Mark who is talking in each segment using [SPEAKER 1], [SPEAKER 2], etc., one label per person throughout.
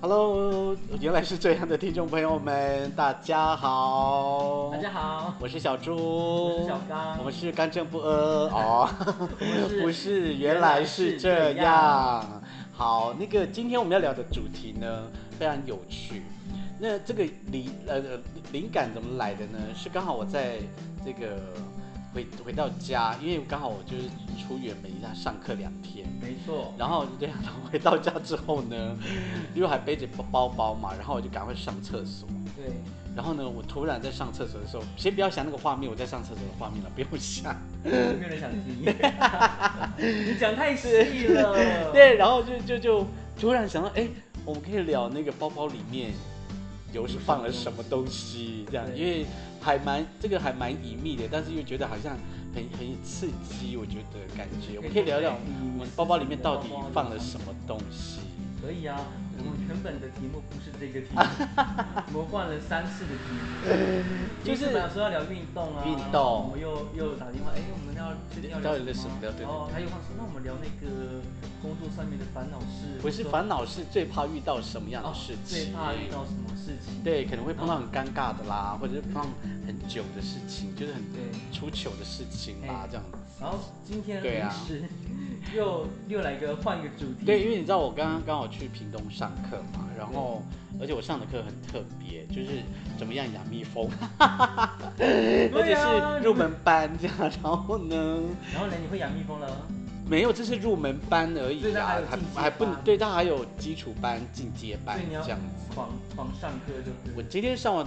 [SPEAKER 1] Hello，原来是这样的，听众朋友们，大家好，
[SPEAKER 2] 大 家好，
[SPEAKER 1] 我是小猪，
[SPEAKER 2] 我是小刚
[SPEAKER 1] 我们是干正不 阿哦，
[SPEAKER 2] 们是
[SPEAKER 1] 不是，原来是这
[SPEAKER 2] 原来是这样
[SPEAKER 1] 样。好，那个今天我们要聊的主题呢，非常有趣。那这个灵呃灵感怎么来的呢？是刚好我在这个回回到家，因为刚好我就是出远门一下上课两天，
[SPEAKER 2] 没错，
[SPEAKER 1] 然后对，然后回到家之后呢， 因为还背着包包包嘛，然后我就赶快上厕所。
[SPEAKER 2] 对，
[SPEAKER 1] 然后呢，我突然在上厕所的时候，先不要想那个画面，我在上厕所的画面了，不用想。
[SPEAKER 2] 没有人 想听，你讲太细了，，
[SPEAKER 1] 对，然后就就就突然想到，哎，我们可以聊那个包包里面有是放了什么东西，这样，
[SPEAKER 2] 对
[SPEAKER 1] 因为还蛮这个还蛮隐秘的，但是又觉得好像很很刺激，我觉得感觉我们可以聊聊我们包包里面到底放了什么东西。
[SPEAKER 2] 可以啊，我们原本的题目不是这 个题目，我们换了三次的题目，
[SPEAKER 1] 就是
[SPEAKER 2] 本来说要聊运动啊，
[SPEAKER 1] 运动
[SPEAKER 2] 然后我们又又打电话，哎，我们要这要
[SPEAKER 1] 到
[SPEAKER 2] 聊
[SPEAKER 1] 底是什么聊对对对
[SPEAKER 2] 然后他又换说，那我们聊那个工作上面的烦恼事，
[SPEAKER 1] 不是烦恼是最怕遇到什么样的
[SPEAKER 2] 哦
[SPEAKER 1] 事
[SPEAKER 2] 最
[SPEAKER 1] 情？
[SPEAKER 2] 怕遇到什么事情，
[SPEAKER 1] 对，可能会碰到很尴尬的啦，或者是碰到很久的事情，就是很
[SPEAKER 2] 对。
[SPEAKER 1] 出糗的事情
[SPEAKER 2] 哎
[SPEAKER 1] 啦，这样子。
[SPEAKER 2] 然后今天
[SPEAKER 1] 对
[SPEAKER 2] 临
[SPEAKER 1] 啊
[SPEAKER 2] 时 又又来个换个主题，
[SPEAKER 1] 对，因为你知道我刚刚刚好去屏东上课嘛，然后而且我上的课很特别，就是怎么样养蜜 蜂，而
[SPEAKER 2] 对
[SPEAKER 1] 且
[SPEAKER 2] 啊
[SPEAKER 1] 是入门班这样。然后呢，
[SPEAKER 2] 然后呢，你会养蜜蜂了？
[SPEAKER 1] 没有，这是入门班而已
[SPEAKER 2] 所以它还
[SPEAKER 1] 啊
[SPEAKER 2] 有，
[SPEAKER 1] 还
[SPEAKER 2] 进阶
[SPEAKER 1] 还不
[SPEAKER 2] 班
[SPEAKER 1] 对，它还有基础班、进阶班
[SPEAKER 2] 所以你要
[SPEAKER 1] 这样子。
[SPEAKER 2] 狂狂上课就
[SPEAKER 1] 我
[SPEAKER 2] 是。
[SPEAKER 1] 今天上完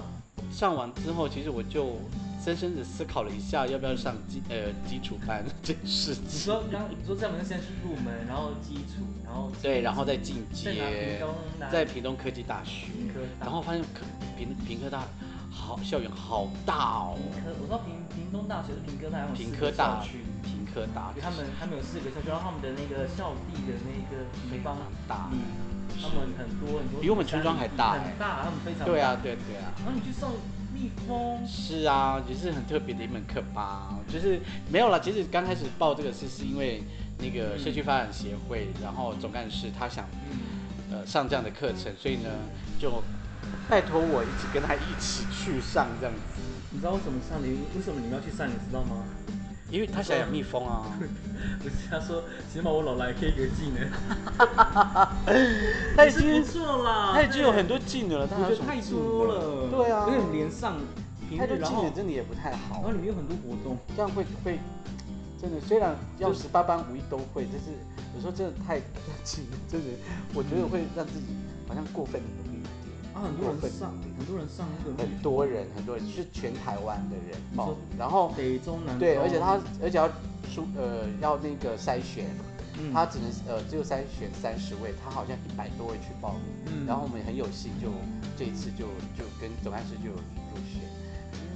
[SPEAKER 1] 上完之后，其实我就深深的思考了一下，要不要上基呃基础班这件事
[SPEAKER 2] 你
[SPEAKER 1] 情。
[SPEAKER 2] 说刚你说在我们先是入门，然后基础，然后
[SPEAKER 1] 对，然后再进
[SPEAKER 2] 在哪屏
[SPEAKER 1] 阶，
[SPEAKER 2] 东哪
[SPEAKER 1] 在屏东科技大学，
[SPEAKER 2] 屏科大
[SPEAKER 1] 然后发现科屏屏科大好校园好大哦，
[SPEAKER 2] 屏科，我知道屏屏东大学是屏科大，还有
[SPEAKER 1] 屏
[SPEAKER 2] 四
[SPEAKER 1] 科
[SPEAKER 2] 个校
[SPEAKER 1] 大
[SPEAKER 2] 区，
[SPEAKER 1] 屏科大
[SPEAKER 2] 对他们他们有四个校区，然后他们的那个校地的那个地
[SPEAKER 1] 非
[SPEAKER 2] 方
[SPEAKER 1] 常，大，
[SPEAKER 2] 嗯，他们很多很多，
[SPEAKER 1] 比我们村庄还大哎
[SPEAKER 2] 很大，他们非常
[SPEAKER 1] 对啊
[SPEAKER 2] 大。
[SPEAKER 1] 对对啊。
[SPEAKER 2] 然后你去送蜜蜂，
[SPEAKER 1] 是啊，也是很特别的一门课吧，就是没有啦。其实刚开始报这个是是因为那个社区发展协会，然后总干事他想
[SPEAKER 2] 嗯，
[SPEAKER 1] 呃上这样的课程，所以呢就拜托我一起跟他一起去上这样子，
[SPEAKER 2] 你知道为什么上你为什么你们要去上，你知道吗？
[SPEAKER 1] 因为他想养蜜蜂啊。
[SPEAKER 2] 不是，他说起码我老来可以有 技能，
[SPEAKER 1] 他已
[SPEAKER 2] 是不
[SPEAKER 1] 经
[SPEAKER 2] 错啦，
[SPEAKER 1] 他已经有很多技能了，他
[SPEAKER 2] 我
[SPEAKER 1] 还有
[SPEAKER 2] 觉得
[SPEAKER 1] 什么
[SPEAKER 2] 太
[SPEAKER 1] 技能
[SPEAKER 2] 多了，
[SPEAKER 1] 对啊
[SPEAKER 2] 而，且连上平
[SPEAKER 1] 太多
[SPEAKER 2] 日，
[SPEAKER 1] 技
[SPEAKER 2] 然后
[SPEAKER 1] 能真的也不太
[SPEAKER 2] 然
[SPEAKER 1] 好
[SPEAKER 2] 后，里面有很多活动，
[SPEAKER 1] 这样会会真的虽然要十八般武艺都会，但是有时候真的太 技能真的，我觉得会让自己好像过分努力一点。
[SPEAKER 2] 啊，很多
[SPEAKER 1] 过
[SPEAKER 2] 人
[SPEAKER 1] 分
[SPEAKER 2] 上，
[SPEAKER 1] 努力
[SPEAKER 2] 很多人上那个
[SPEAKER 1] 很多人很多人是全台湾的人
[SPEAKER 2] 你
[SPEAKER 1] 报
[SPEAKER 2] 说
[SPEAKER 1] 名，然后
[SPEAKER 2] 北中南，
[SPEAKER 1] 对，而且他而且要出呃要那个筛选，
[SPEAKER 2] 嗯
[SPEAKER 1] 他只能呃只有筛选三十位，他好像一百多位去报名，
[SPEAKER 2] 嗯
[SPEAKER 1] 然后我们很有幸就这一次就就跟总干事就有入选，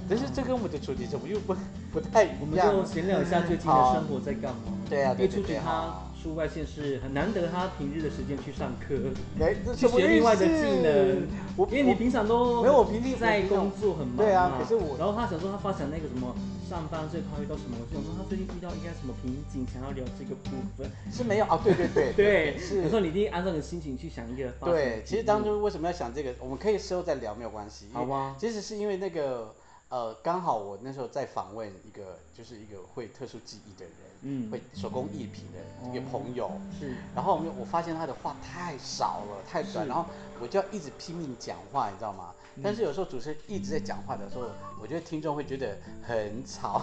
[SPEAKER 1] 但是这跟我们的主题怎么又不不太
[SPEAKER 2] 嗯我
[SPEAKER 1] 一
[SPEAKER 2] 们
[SPEAKER 1] 样啊
[SPEAKER 2] 就？闲聊一下最近的生活在干嘛。
[SPEAKER 1] 对啊
[SPEAKER 2] 因
[SPEAKER 1] 对
[SPEAKER 2] 为
[SPEAKER 1] 对
[SPEAKER 2] 出去
[SPEAKER 1] 对
[SPEAKER 2] 他
[SPEAKER 1] 好
[SPEAKER 2] 出外县市，很难得他平日的时间去上课，
[SPEAKER 1] 哎，这
[SPEAKER 2] 去
[SPEAKER 1] 什么意
[SPEAKER 2] 学
[SPEAKER 1] 思
[SPEAKER 2] 另外的技能。
[SPEAKER 1] 我
[SPEAKER 2] 因为你平常都
[SPEAKER 1] 没有我平时
[SPEAKER 2] 在工作很忙嘛
[SPEAKER 1] 对啊可是我
[SPEAKER 2] 然后他想说他发想那个什么上班最怕遇到什么，我想说他最近遇到应该什么瓶颈，想要聊这个部分。
[SPEAKER 1] 是没有啊？对对对
[SPEAKER 2] 对，
[SPEAKER 1] 是
[SPEAKER 2] 我。说你一定按照你的心情去想一个发想的题目。
[SPEAKER 1] 对，其实当初为什么要想这个，我们可以事后再聊，没有关系。因为
[SPEAKER 2] 好啊吧
[SPEAKER 1] 其实是因为那个呃，刚好我那时候在访问一个，就是一个会特殊技艺的人，
[SPEAKER 2] 嗯
[SPEAKER 1] 会手工艺品的一个
[SPEAKER 2] 哦
[SPEAKER 1] 朋友。
[SPEAKER 2] 是
[SPEAKER 1] 然后我们我发现他的话太少了，太短，
[SPEAKER 2] 是嗯
[SPEAKER 1] 然后我就要一直拼命讲话，你知道吗？但是有时候主持人一直在讲话的时候，我觉得听众会觉得很吵。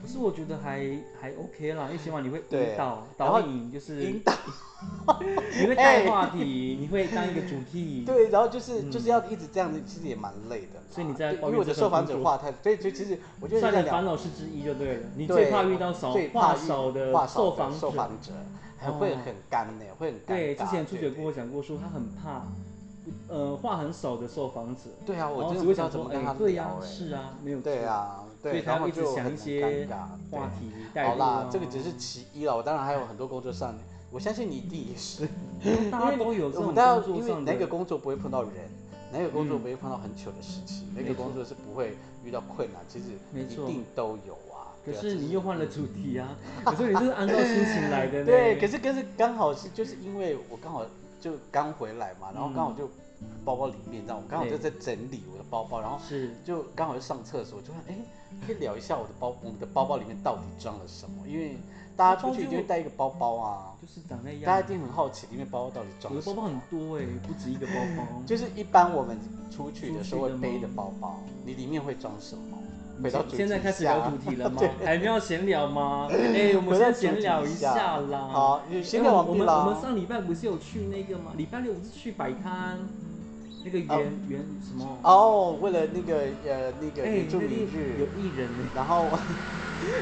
[SPEAKER 2] 不是？我觉得还还 OK 啦，因为起码你会
[SPEAKER 1] 对
[SPEAKER 2] 引导
[SPEAKER 1] 然后
[SPEAKER 2] 导引，就是
[SPEAKER 1] 引
[SPEAKER 2] 导， 你会带话题，你会当一个主题。
[SPEAKER 1] 哎对，然后就是、就是要一直这样子，其实也蛮累的啦。
[SPEAKER 2] 嗯所以你在
[SPEAKER 1] 对
[SPEAKER 2] 抱
[SPEAKER 1] 因为
[SPEAKER 2] 怨
[SPEAKER 1] 我的
[SPEAKER 2] 这份
[SPEAKER 1] 受访
[SPEAKER 2] 工
[SPEAKER 1] 者
[SPEAKER 2] 作
[SPEAKER 1] 话太，对，所以其实我觉得
[SPEAKER 2] 算
[SPEAKER 1] 在
[SPEAKER 2] 你
[SPEAKER 1] 聊
[SPEAKER 2] 烦恼事之一就对了，你
[SPEAKER 1] 对
[SPEAKER 2] 最怕遇到少
[SPEAKER 1] 最
[SPEAKER 2] 话
[SPEAKER 1] 怕
[SPEAKER 2] 少的
[SPEAKER 1] 话少
[SPEAKER 2] 受
[SPEAKER 1] 的
[SPEAKER 2] 访
[SPEAKER 1] 受
[SPEAKER 2] 者。
[SPEAKER 1] 访者，还会
[SPEAKER 2] 哦
[SPEAKER 1] 很干呢，会很尴尬。
[SPEAKER 2] 对，之前朱
[SPEAKER 1] 对
[SPEAKER 2] 姐跟我讲过，说她很怕，呃，话很少的受访者，
[SPEAKER 1] 对啊，我
[SPEAKER 2] 然
[SPEAKER 1] 真
[SPEAKER 2] 后
[SPEAKER 1] 的
[SPEAKER 2] 只
[SPEAKER 1] 不
[SPEAKER 2] 会
[SPEAKER 1] 知道
[SPEAKER 2] 想
[SPEAKER 1] 怎么
[SPEAKER 2] 说，
[SPEAKER 1] 跟他
[SPEAKER 2] 哎，对呀
[SPEAKER 1] 聊，哎。
[SPEAKER 2] 是啊，没有错
[SPEAKER 1] 对，啊，
[SPEAKER 2] 所
[SPEAKER 1] 对，
[SPEAKER 2] 以她
[SPEAKER 1] 然后
[SPEAKER 2] 一直
[SPEAKER 1] 就
[SPEAKER 2] 想
[SPEAKER 1] 很
[SPEAKER 2] 一些
[SPEAKER 1] 尴尬。
[SPEAKER 2] 话题
[SPEAKER 1] 对
[SPEAKER 2] 带
[SPEAKER 1] 好
[SPEAKER 2] 入啊
[SPEAKER 1] 啦，这个只是其一了，我当然还有很多工作上，我相信你一定也是，
[SPEAKER 2] 大家哦都有这
[SPEAKER 1] 我
[SPEAKER 2] 种
[SPEAKER 1] 们大家
[SPEAKER 2] 工
[SPEAKER 1] 因
[SPEAKER 2] 作
[SPEAKER 1] 为
[SPEAKER 2] 上
[SPEAKER 1] 哪个
[SPEAKER 2] 的，
[SPEAKER 1] 工作不会碰到人，哪个工作
[SPEAKER 2] 嗯
[SPEAKER 1] 不会碰到很糗的事情，哪个
[SPEAKER 2] 没错
[SPEAKER 1] 工作是不会遇到困难，其实
[SPEAKER 2] 没
[SPEAKER 1] 一
[SPEAKER 2] 错
[SPEAKER 1] 定都有啊。
[SPEAKER 2] 可
[SPEAKER 1] 对啊
[SPEAKER 2] 是
[SPEAKER 1] 只
[SPEAKER 2] 你又换了主 题啊，可是你这是按照心情来的呢，
[SPEAKER 1] 对，可是可是刚好是就是因为我刚好就刚回来嘛，然后
[SPEAKER 2] 嗯
[SPEAKER 1] 刚好就包包里面，你知道，我刚好就在整理我的包包，然后
[SPEAKER 2] 是
[SPEAKER 1] 就刚好就上厕所，就看哎，可以聊一下我的包，我们的包包里面到底装了什么？因为大家出去一定会带一个包包啊，
[SPEAKER 2] 就是长那
[SPEAKER 1] 大家
[SPEAKER 2] 样
[SPEAKER 1] 一。定很好奇里面包包到底装
[SPEAKER 2] 我
[SPEAKER 1] 了
[SPEAKER 2] 的
[SPEAKER 1] 什
[SPEAKER 2] 包
[SPEAKER 1] 么。
[SPEAKER 2] 包很多哎、不止一个包包。
[SPEAKER 1] 就是一般我们出去的时候
[SPEAKER 2] 出
[SPEAKER 1] 会
[SPEAKER 2] 去的吗
[SPEAKER 1] 背的包包，你里面会装什么？回到主题
[SPEAKER 2] 嗯现在开始聊主题了吗？还没有闲聊 吗？哎、我们
[SPEAKER 1] 回到
[SPEAKER 2] 先
[SPEAKER 1] 主题
[SPEAKER 2] 闲聊一
[SPEAKER 1] 下
[SPEAKER 2] 下啦。
[SPEAKER 1] 好，你先聊
[SPEAKER 2] 哎我
[SPEAKER 1] 完毕
[SPEAKER 2] 们
[SPEAKER 1] 啦。
[SPEAKER 2] 我们上礼拜不是有去那个吗？礼拜六不是去摆摊，那个
[SPEAKER 1] 哦
[SPEAKER 2] 原原什么？
[SPEAKER 1] 哦，为了那个呃那个
[SPEAKER 2] 哎
[SPEAKER 1] 原住
[SPEAKER 2] 那
[SPEAKER 1] 民
[SPEAKER 2] 地有
[SPEAKER 1] 日，
[SPEAKER 2] 艺人呢，
[SPEAKER 1] 然后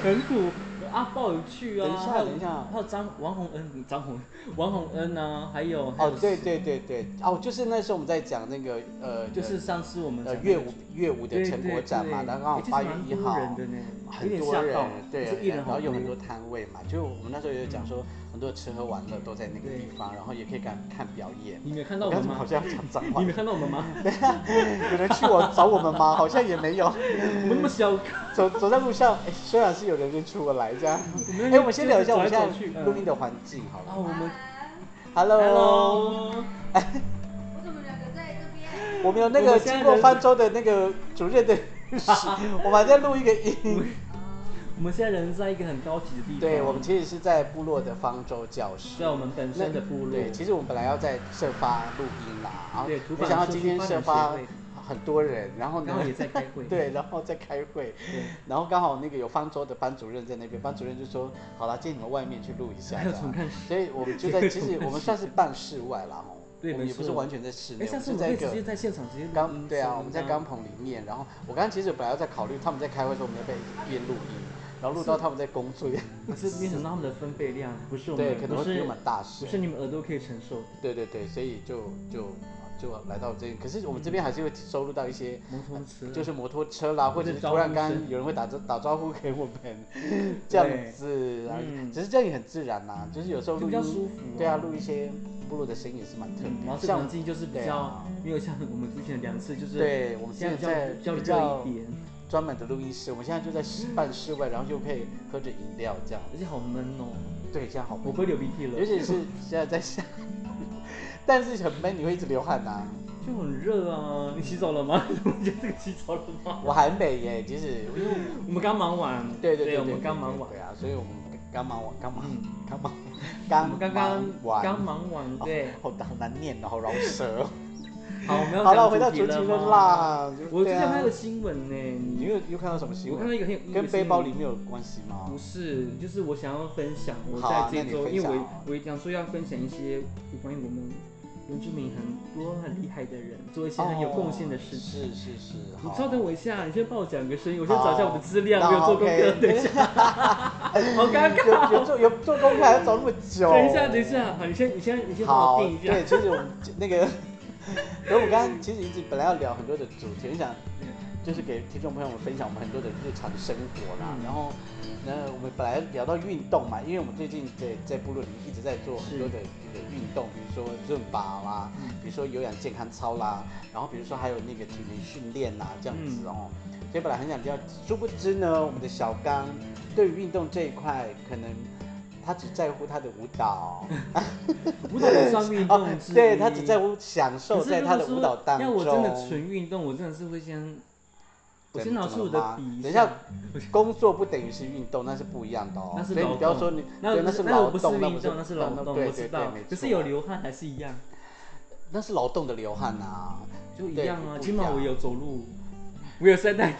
[SPEAKER 2] 很苦。阿豹有去啊，
[SPEAKER 1] 等一下
[SPEAKER 2] 还有
[SPEAKER 1] 等一下
[SPEAKER 2] 还有张王洪恩、张洪王洪恩啊，还有 还有
[SPEAKER 1] 哦对对对对哦，就是那时候我们在讲那个呃
[SPEAKER 2] 就是上次我们
[SPEAKER 1] 呃
[SPEAKER 2] 讲
[SPEAKER 1] 乐
[SPEAKER 2] 那个
[SPEAKER 1] 舞乐舞的
[SPEAKER 2] 对
[SPEAKER 1] 成果
[SPEAKER 2] 对
[SPEAKER 1] 展嘛，
[SPEAKER 2] 对
[SPEAKER 1] 然后刚好
[SPEAKER 2] 哎其实
[SPEAKER 1] 八月
[SPEAKER 2] 蛮
[SPEAKER 1] 一
[SPEAKER 2] 多
[SPEAKER 1] 号，
[SPEAKER 2] 人的呢，有
[SPEAKER 1] 很
[SPEAKER 2] 点
[SPEAKER 1] 多
[SPEAKER 2] 吓
[SPEAKER 1] 人
[SPEAKER 2] 到，就是
[SPEAKER 1] 对，
[SPEAKER 2] 艺人哦嗯
[SPEAKER 1] 然后
[SPEAKER 2] 好
[SPEAKER 1] 有
[SPEAKER 2] 多
[SPEAKER 1] 很多摊位嘛，就我们那时候也讲说，很多吃喝玩乐都在那个地方，然后也可以看看表演。
[SPEAKER 2] 你没有看到
[SPEAKER 1] 我
[SPEAKER 2] 我
[SPEAKER 1] 刚
[SPEAKER 2] 们
[SPEAKER 1] 才好
[SPEAKER 2] 吗？
[SPEAKER 1] 像要讲脏话
[SPEAKER 2] 你，没有看到我们吗？
[SPEAKER 1] 有人去我找我们吗？好像也没有。
[SPEAKER 2] 我们那么小，哦
[SPEAKER 1] 走走在路上，哎，虽然是有人认出我来这样。
[SPEAKER 2] 我们那
[SPEAKER 1] 哎，
[SPEAKER 2] 个
[SPEAKER 1] 我们先聊一下我
[SPEAKER 2] 走
[SPEAKER 1] 们
[SPEAKER 2] 来
[SPEAKER 1] 现
[SPEAKER 2] 走去嗯
[SPEAKER 1] 在录音
[SPEAKER 2] 的。
[SPEAKER 1] 的环境好
[SPEAKER 2] 啊，
[SPEAKER 1] 了。
[SPEAKER 2] 我们
[SPEAKER 1] Hello，
[SPEAKER 2] Hello，
[SPEAKER 3] 我怎么两个在这边？
[SPEAKER 1] 我们有那
[SPEAKER 2] 我
[SPEAKER 1] 个
[SPEAKER 2] 们现在
[SPEAKER 1] 经过
[SPEAKER 2] 人
[SPEAKER 1] 翻州的那个主任的事，我们还在录一个音。
[SPEAKER 2] 我们现在人在一个很高级的地方。
[SPEAKER 1] 对，我们其实是在部落的方舟教室
[SPEAKER 2] 在。我们本身的部落。
[SPEAKER 1] 对，其实我们本来要在社发录音啦，然后
[SPEAKER 2] 对土
[SPEAKER 1] 没
[SPEAKER 2] 法
[SPEAKER 1] 想到
[SPEAKER 2] 社区
[SPEAKER 1] 今天
[SPEAKER 2] 发
[SPEAKER 1] 社
[SPEAKER 2] 展
[SPEAKER 1] 发
[SPEAKER 2] 协会
[SPEAKER 1] 很多人，然后呢。
[SPEAKER 2] 刚好也在开 会
[SPEAKER 1] 对，然后在开会，
[SPEAKER 2] 对，
[SPEAKER 1] 然后刚好那个有方舟的班主任在那边，班主任就说：“好啦，借你们外面去录一下。
[SPEAKER 2] 还
[SPEAKER 1] 这
[SPEAKER 2] 有
[SPEAKER 1] 样”
[SPEAKER 2] 重看。
[SPEAKER 1] 所以我们就 在，其实我们算是半室外啦，吼，
[SPEAKER 2] 对
[SPEAKER 1] 我们
[SPEAKER 2] 没
[SPEAKER 1] 也不是
[SPEAKER 2] 错
[SPEAKER 1] 完全在室内，我
[SPEAKER 2] 哎，上
[SPEAKER 1] 们
[SPEAKER 2] 次
[SPEAKER 1] 是
[SPEAKER 2] 我
[SPEAKER 1] 在
[SPEAKER 2] 们
[SPEAKER 1] 一
[SPEAKER 2] 可以直接
[SPEAKER 1] 个
[SPEAKER 2] 在现场直接录嗯
[SPEAKER 1] 钢，
[SPEAKER 2] 音
[SPEAKER 1] 对啊，
[SPEAKER 2] 声
[SPEAKER 1] 我们在
[SPEAKER 2] 音
[SPEAKER 1] 钢棚里面，然后我刚刚其实本来要在考虑他们在开会的时候，我们要不要一边录音，然后录到他们在工作，
[SPEAKER 2] 可是变成他们的分贝量，不是我们，
[SPEAKER 1] 对，可能会
[SPEAKER 2] 不
[SPEAKER 1] 比
[SPEAKER 2] 是
[SPEAKER 1] 我们大声
[SPEAKER 2] 不。是你们耳朵可以承受的。
[SPEAKER 1] 对对对，所以就就就来到这里。可是我们这边还是会收入到一些，
[SPEAKER 2] 摩托车
[SPEAKER 1] 就是摩托车啦，或者是
[SPEAKER 2] 嗯招
[SPEAKER 1] 突然
[SPEAKER 2] 呼
[SPEAKER 1] 刚
[SPEAKER 2] 声
[SPEAKER 1] 有人会打招打招呼给我 们，这样子啊，
[SPEAKER 2] 嗯
[SPEAKER 1] 只是这样也很自然啦。就是有时候
[SPEAKER 2] 就
[SPEAKER 1] 录
[SPEAKER 2] 比较
[SPEAKER 1] 音，
[SPEAKER 2] 舒服、
[SPEAKER 1] 对啊，录一些部落的声音也是蛮特
[SPEAKER 2] 嗯，
[SPEAKER 1] 别
[SPEAKER 2] 然
[SPEAKER 1] 的，
[SPEAKER 2] 后这
[SPEAKER 1] 像
[SPEAKER 2] 环境就是比
[SPEAKER 1] 对
[SPEAKER 2] 较
[SPEAKER 1] 啊
[SPEAKER 2] 没有像我们之前两次就是
[SPEAKER 1] 对我们
[SPEAKER 2] 现
[SPEAKER 1] 现在
[SPEAKER 2] 在比较
[SPEAKER 1] 比
[SPEAKER 2] 比较热
[SPEAKER 1] 较
[SPEAKER 2] 一点，
[SPEAKER 1] 专门的录音室，我们现在就在室半室外，然后又可以喝着饮料这样，
[SPEAKER 2] 而且好闷哦，
[SPEAKER 1] 对，这样好
[SPEAKER 2] 我
[SPEAKER 1] 不？
[SPEAKER 2] 会流鼻涕了
[SPEAKER 1] 尤，其是现在在下， 但是很闷，你会一直流汗呐、
[SPEAKER 2] 就很热啊。你洗澡了吗？ 我们就这个洗澡了吗？
[SPEAKER 1] 我还美耶，其实因为我
[SPEAKER 2] 我们刚忙完，
[SPEAKER 1] 对对
[SPEAKER 2] 对
[SPEAKER 1] 对，
[SPEAKER 2] 我们
[SPEAKER 1] 对
[SPEAKER 2] 刚
[SPEAKER 1] 对
[SPEAKER 2] 忙
[SPEAKER 1] 对
[SPEAKER 2] 完，
[SPEAKER 1] 对啊，所以我们刚忙完，刚忙
[SPEAKER 2] 嗯，
[SPEAKER 1] 刚忙，
[SPEAKER 2] 我们刚刚
[SPEAKER 1] 完，哦
[SPEAKER 2] 刚忙完，对，
[SPEAKER 1] 好好难念哦，好饶舌哦。
[SPEAKER 2] 好，我们要
[SPEAKER 1] 好了，
[SPEAKER 2] 讲
[SPEAKER 1] 回到主题
[SPEAKER 2] 了
[SPEAKER 1] 了
[SPEAKER 2] 吗。
[SPEAKER 1] 啦。
[SPEAKER 2] 我之
[SPEAKER 1] 对
[SPEAKER 2] 前
[SPEAKER 1] 啊
[SPEAKER 2] 看到个新闻呢，
[SPEAKER 1] 你
[SPEAKER 2] 你
[SPEAKER 1] 又又看到什么新
[SPEAKER 2] 我看到
[SPEAKER 1] 闻？
[SPEAKER 2] 一个很有一个
[SPEAKER 1] 跟
[SPEAKER 2] 新
[SPEAKER 1] 背
[SPEAKER 2] 闻
[SPEAKER 1] 包里面有关系吗
[SPEAKER 2] 不？是，就是我想要分享，我
[SPEAKER 1] 好啊
[SPEAKER 2] 在这一
[SPEAKER 1] 那你
[SPEAKER 2] 周，
[SPEAKER 1] 分
[SPEAKER 2] 因为
[SPEAKER 1] 享
[SPEAKER 2] 我
[SPEAKER 1] 啊
[SPEAKER 2] 我想说要分享一些有关于我们原住民很多很厉害的人，做一些很有贡献的事情。
[SPEAKER 1] 情。哦是是是，
[SPEAKER 2] 你
[SPEAKER 1] 好
[SPEAKER 2] 稍等我一下，你先帮我讲个声音，我
[SPEAKER 1] 我
[SPEAKER 2] 先找一下我的资料，没有做功课， 等一下，
[SPEAKER 1] 下。
[SPEAKER 2] 好尴 尬。
[SPEAKER 1] 有有做有做功课，还要找那么久？
[SPEAKER 2] 等一下，等一下，好，你先，你先，你先帮
[SPEAKER 1] 好
[SPEAKER 2] 我定，一下
[SPEAKER 1] 对，。其实我们那个， 所以我刚刚其实一直本来要聊很多的主题，我想
[SPEAKER 2] 嗯
[SPEAKER 1] 就是给听众朋友们分享我们很多的日常生活啦。
[SPEAKER 2] 嗯
[SPEAKER 1] 然后，那我们本来聊到运动嘛，因为我们最近对在部落里面一直在做很多的这个运动，比如说润拔啦，
[SPEAKER 2] 嗯
[SPEAKER 1] 比如说有氧健康操啦，然后比如说还有那个体能训练啦，这样
[SPEAKER 2] 嗯
[SPEAKER 1] 子哦。所以本来很想聊，殊不知呢，我们的小刚对于运动这一块可能。他只在乎他的舞蹈，
[SPEAKER 2] 舞蹈也算运动之
[SPEAKER 1] 哦啊
[SPEAKER 2] 一。
[SPEAKER 1] 对他只在乎享受
[SPEAKER 2] 可是
[SPEAKER 1] 在
[SPEAKER 2] 如
[SPEAKER 1] 他
[SPEAKER 2] 果
[SPEAKER 1] 的
[SPEAKER 2] 说
[SPEAKER 1] 舞蹈当中。
[SPEAKER 2] 要我真的纯运动，我真的是会先，我
[SPEAKER 1] 怎
[SPEAKER 2] 先拿
[SPEAKER 1] 怎
[SPEAKER 2] 出我
[SPEAKER 1] 么
[SPEAKER 2] 的
[SPEAKER 1] 了吗
[SPEAKER 2] 笔。
[SPEAKER 1] 等一下，工作不等于是运动，那是不一样的哦。
[SPEAKER 2] 那是
[SPEAKER 1] 所以你
[SPEAKER 2] 劳
[SPEAKER 1] 不要
[SPEAKER 2] 动
[SPEAKER 1] 说你，
[SPEAKER 2] 那
[SPEAKER 1] 对，
[SPEAKER 2] 那
[SPEAKER 1] 是
[SPEAKER 2] 那
[SPEAKER 1] 劳
[SPEAKER 2] 不是
[SPEAKER 1] 动，那
[SPEAKER 2] 运动，那是劳动，
[SPEAKER 1] 对对
[SPEAKER 2] 我知
[SPEAKER 1] 对
[SPEAKER 2] 道
[SPEAKER 1] 没。
[SPEAKER 2] 可是
[SPEAKER 1] 错
[SPEAKER 2] 有流汗还是一样，
[SPEAKER 1] 那是劳动的流汗呐，
[SPEAKER 2] 就一
[SPEAKER 1] 对
[SPEAKER 2] 样啊。
[SPEAKER 1] 不
[SPEAKER 2] 起
[SPEAKER 1] 一
[SPEAKER 2] 码
[SPEAKER 1] 样
[SPEAKER 2] 我有走路，我有 晒太阳，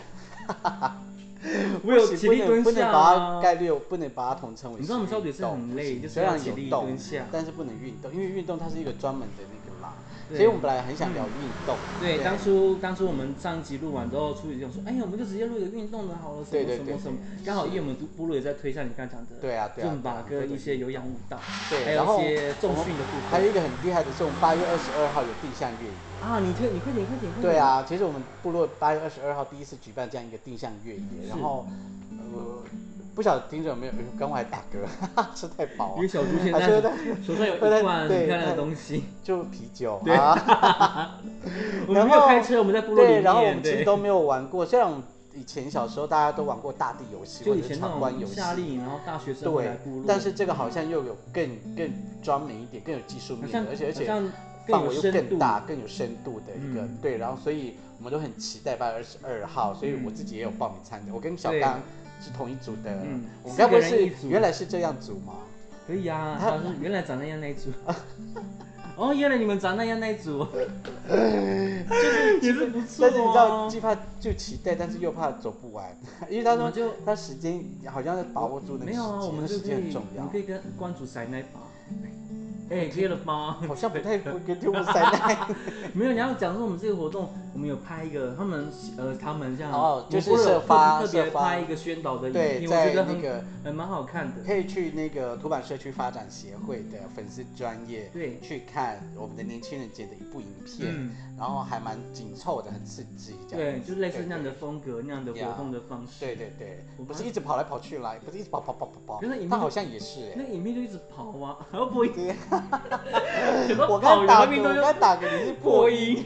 [SPEAKER 2] 我
[SPEAKER 1] 不
[SPEAKER 2] 有
[SPEAKER 1] 行
[SPEAKER 2] 起
[SPEAKER 1] 不
[SPEAKER 2] 立
[SPEAKER 1] 能
[SPEAKER 2] 蹲
[SPEAKER 1] 不能把
[SPEAKER 2] 下
[SPEAKER 1] 它
[SPEAKER 2] 啊。
[SPEAKER 1] 概率不能把它统称为。
[SPEAKER 2] 你知道我们少女是很累，就是
[SPEAKER 1] 虽
[SPEAKER 2] 要
[SPEAKER 1] 然
[SPEAKER 2] 起
[SPEAKER 1] 有
[SPEAKER 2] 立
[SPEAKER 1] 动
[SPEAKER 2] 蹲，下。
[SPEAKER 1] 但是不能运动，因为运动它是一个专门的那个啦。
[SPEAKER 2] 对
[SPEAKER 1] 所以我们本来很想聊运动。
[SPEAKER 2] 对，当初当初我们上一集录完之后，初雨就说：“哎呀，我们就直接录一个运动的好了，什
[SPEAKER 1] 对
[SPEAKER 2] 么
[SPEAKER 1] 对
[SPEAKER 2] 什
[SPEAKER 1] 对
[SPEAKER 2] 么什么。”刚好因为我们部落也在推向你刚才讲的
[SPEAKER 1] 对啊对啊，
[SPEAKER 2] 正把
[SPEAKER 1] 对啊
[SPEAKER 2] 跟一些有氧舞蹈，
[SPEAKER 1] 对
[SPEAKER 2] 还
[SPEAKER 1] 然
[SPEAKER 2] 有
[SPEAKER 1] 后
[SPEAKER 2] 一些重
[SPEAKER 1] 我们
[SPEAKER 2] 训的部
[SPEAKER 1] 还
[SPEAKER 2] 分
[SPEAKER 1] 有一个很厉害的是，我们八月二十二号有定向越野。
[SPEAKER 2] 啊。你快，你快点，快点，快点！
[SPEAKER 1] 对，啊，其实我们部落八月二十二号第一次举办这样一个定向越野，
[SPEAKER 2] 是
[SPEAKER 1] 然后呃，不晓得听众有没有，哎呦刚我还打嗝，哈 哈，吃太饱
[SPEAKER 2] 因为
[SPEAKER 1] 啊，
[SPEAKER 2] 小猪现
[SPEAKER 1] 还是
[SPEAKER 2] 在
[SPEAKER 1] 在
[SPEAKER 2] 手上有一
[SPEAKER 1] 会在
[SPEAKER 2] 罐很
[SPEAKER 1] 对
[SPEAKER 2] 漂亮
[SPEAKER 1] 在
[SPEAKER 2] 的 东西。
[SPEAKER 1] 就啤酒
[SPEAKER 2] 对
[SPEAKER 1] 啊，
[SPEAKER 2] 我们没有开车，我们在部落里
[SPEAKER 1] 对，
[SPEAKER 2] 面。
[SPEAKER 1] 然后我们其实都没有玩过，虽然我们以前小时候大家都玩过大地游戏
[SPEAKER 2] 就
[SPEAKER 1] 或
[SPEAKER 2] 以
[SPEAKER 1] 者是
[SPEAKER 2] 前那
[SPEAKER 1] 闯关
[SPEAKER 2] 种
[SPEAKER 1] 游戏
[SPEAKER 2] 夏，令营，然后大学生会来
[SPEAKER 1] 对
[SPEAKER 2] 部落，，
[SPEAKER 1] 但是这个好像又有更更专门一点、更有技术
[SPEAKER 2] 好
[SPEAKER 1] 面
[SPEAKER 2] 像
[SPEAKER 1] 的，而且而
[SPEAKER 2] 好
[SPEAKER 1] 且
[SPEAKER 2] 像更
[SPEAKER 1] 范
[SPEAKER 2] 有
[SPEAKER 1] 围又
[SPEAKER 2] 深
[SPEAKER 1] 更
[SPEAKER 2] 度，
[SPEAKER 1] 大、更有深度的一个、
[SPEAKER 2] 嗯
[SPEAKER 1] 对，然后所以我们都很期待八月二十二号，所以我自己也有报名参加，我跟小
[SPEAKER 2] 对
[SPEAKER 1] 刚是同一组的，
[SPEAKER 2] 嗯
[SPEAKER 1] 我们
[SPEAKER 2] 四
[SPEAKER 1] 该不
[SPEAKER 2] 个
[SPEAKER 1] 会
[SPEAKER 2] 人一
[SPEAKER 1] 是
[SPEAKER 2] 组
[SPEAKER 1] 原来是这样组吗？
[SPEAKER 2] 可以 啊，他是原来长那样那一组。 哦，原来你们长那样那一 组，也是不错
[SPEAKER 1] 但是你知道，
[SPEAKER 2] 哦。
[SPEAKER 1] 既怕就期待，但是又怕走不完， 因为他
[SPEAKER 2] 我
[SPEAKER 1] 说
[SPEAKER 2] 们就
[SPEAKER 1] 他时间好像要把握住那个
[SPEAKER 2] 没
[SPEAKER 1] 时
[SPEAKER 2] 有啊，我
[SPEAKER 1] 间，
[SPEAKER 2] 们
[SPEAKER 1] 那
[SPEAKER 2] 就
[SPEAKER 1] 时
[SPEAKER 2] 可
[SPEAKER 1] 间很
[SPEAKER 2] 以
[SPEAKER 1] 重，
[SPEAKER 2] 我
[SPEAKER 1] 要
[SPEAKER 2] 们可。以跟关主塞奶吧。哎，可以了吧？
[SPEAKER 1] 好像不太会跟六五三 那
[SPEAKER 2] 没有，你要讲说我们这个活动，我们有拍一个他们呃他们这样，
[SPEAKER 1] 哦就是
[SPEAKER 2] 我们会有
[SPEAKER 1] 社发
[SPEAKER 2] 特别特别
[SPEAKER 1] 社发
[SPEAKER 2] 拍一个宣导的影
[SPEAKER 1] 对，
[SPEAKER 2] 片，我
[SPEAKER 1] 在
[SPEAKER 2] 觉得
[SPEAKER 1] 那
[SPEAKER 2] 很
[SPEAKER 1] 个
[SPEAKER 2] 很蛮好看的。
[SPEAKER 1] 可以去那个土板社区发展协会的粉丝专业
[SPEAKER 2] 对，
[SPEAKER 1] 去看我们的年轻人节的一部影片，
[SPEAKER 2] 嗯，
[SPEAKER 1] 然后还蛮紧凑的，很刺激这样。
[SPEAKER 2] 对，就类似
[SPEAKER 1] 对
[SPEAKER 2] 那样的风格，那样的活动的方式。
[SPEAKER 1] 对对对
[SPEAKER 2] 我，
[SPEAKER 1] 不
[SPEAKER 2] 们
[SPEAKER 1] 是一直跑来跑去啦，不是一直跑跑跑跑跑
[SPEAKER 2] 可是你，们
[SPEAKER 1] 他好像也是
[SPEAKER 2] 那
[SPEAKER 1] 哎、
[SPEAKER 2] 影片就一直跑啊， 然后播音，
[SPEAKER 1] 对，
[SPEAKER 2] 有时候
[SPEAKER 1] 我
[SPEAKER 2] 跑
[SPEAKER 1] 刚
[SPEAKER 2] 有
[SPEAKER 1] 打
[SPEAKER 2] 的
[SPEAKER 1] 给
[SPEAKER 2] 运
[SPEAKER 1] 我
[SPEAKER 2] 动就
[SPEAKER 1] 刚打给你是
[SPEAKER 2] 破
[SPEAKER 1] 破音。
[SPEAKER 2] 音，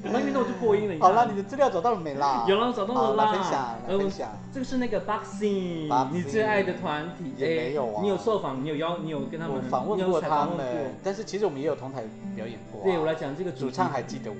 [SPEAKER 2] 有的运动就破音了。
[SPEAKER 1] 好
[SPEAKER 2] 了
[SPEAKER 1] 了，，你的资料找到了没啦？
[SPEAKER 2] 有了找到
[SPEAKER 1] 好
[SPEAKER 2] 了啦。
[SPEAKER 1] 来分享，来
[SPEAKER 2] 呃
[SPEAKER 1] 分享。
[SPEAKER 2] 这个是那个 boxing，
[SPEAKER 1] Boxing
[SPEAKER 2] 你最爱的团体
[SPEAKER 1] 也
[SPEAKER 2] 哎
[SPEAKER 1] 没有啊
[SPEAKER 2] 你有受访，你有邀，你有跟他
[SPEAKER 1] 我
[SPEAKER 2] 们
[SPEAKER 1] 访
[SPEAKER 2] 你
[SPEAKER 1] 问
[SPEAKER 2] 有
[SPEAKER 1] 过
[SPEAKER 2] 采
[SPEAKER 1] 他
[SPEAKER 2] 访问过
[SPEAKER 1] 们，但是其实我们也有同台表演过、啊。
[SPEAKER 2] 对我来讲这个
[SPEAKER 1] 主
[SPEAKER 2] 主题
[SPEAKER 1] 唱还记得我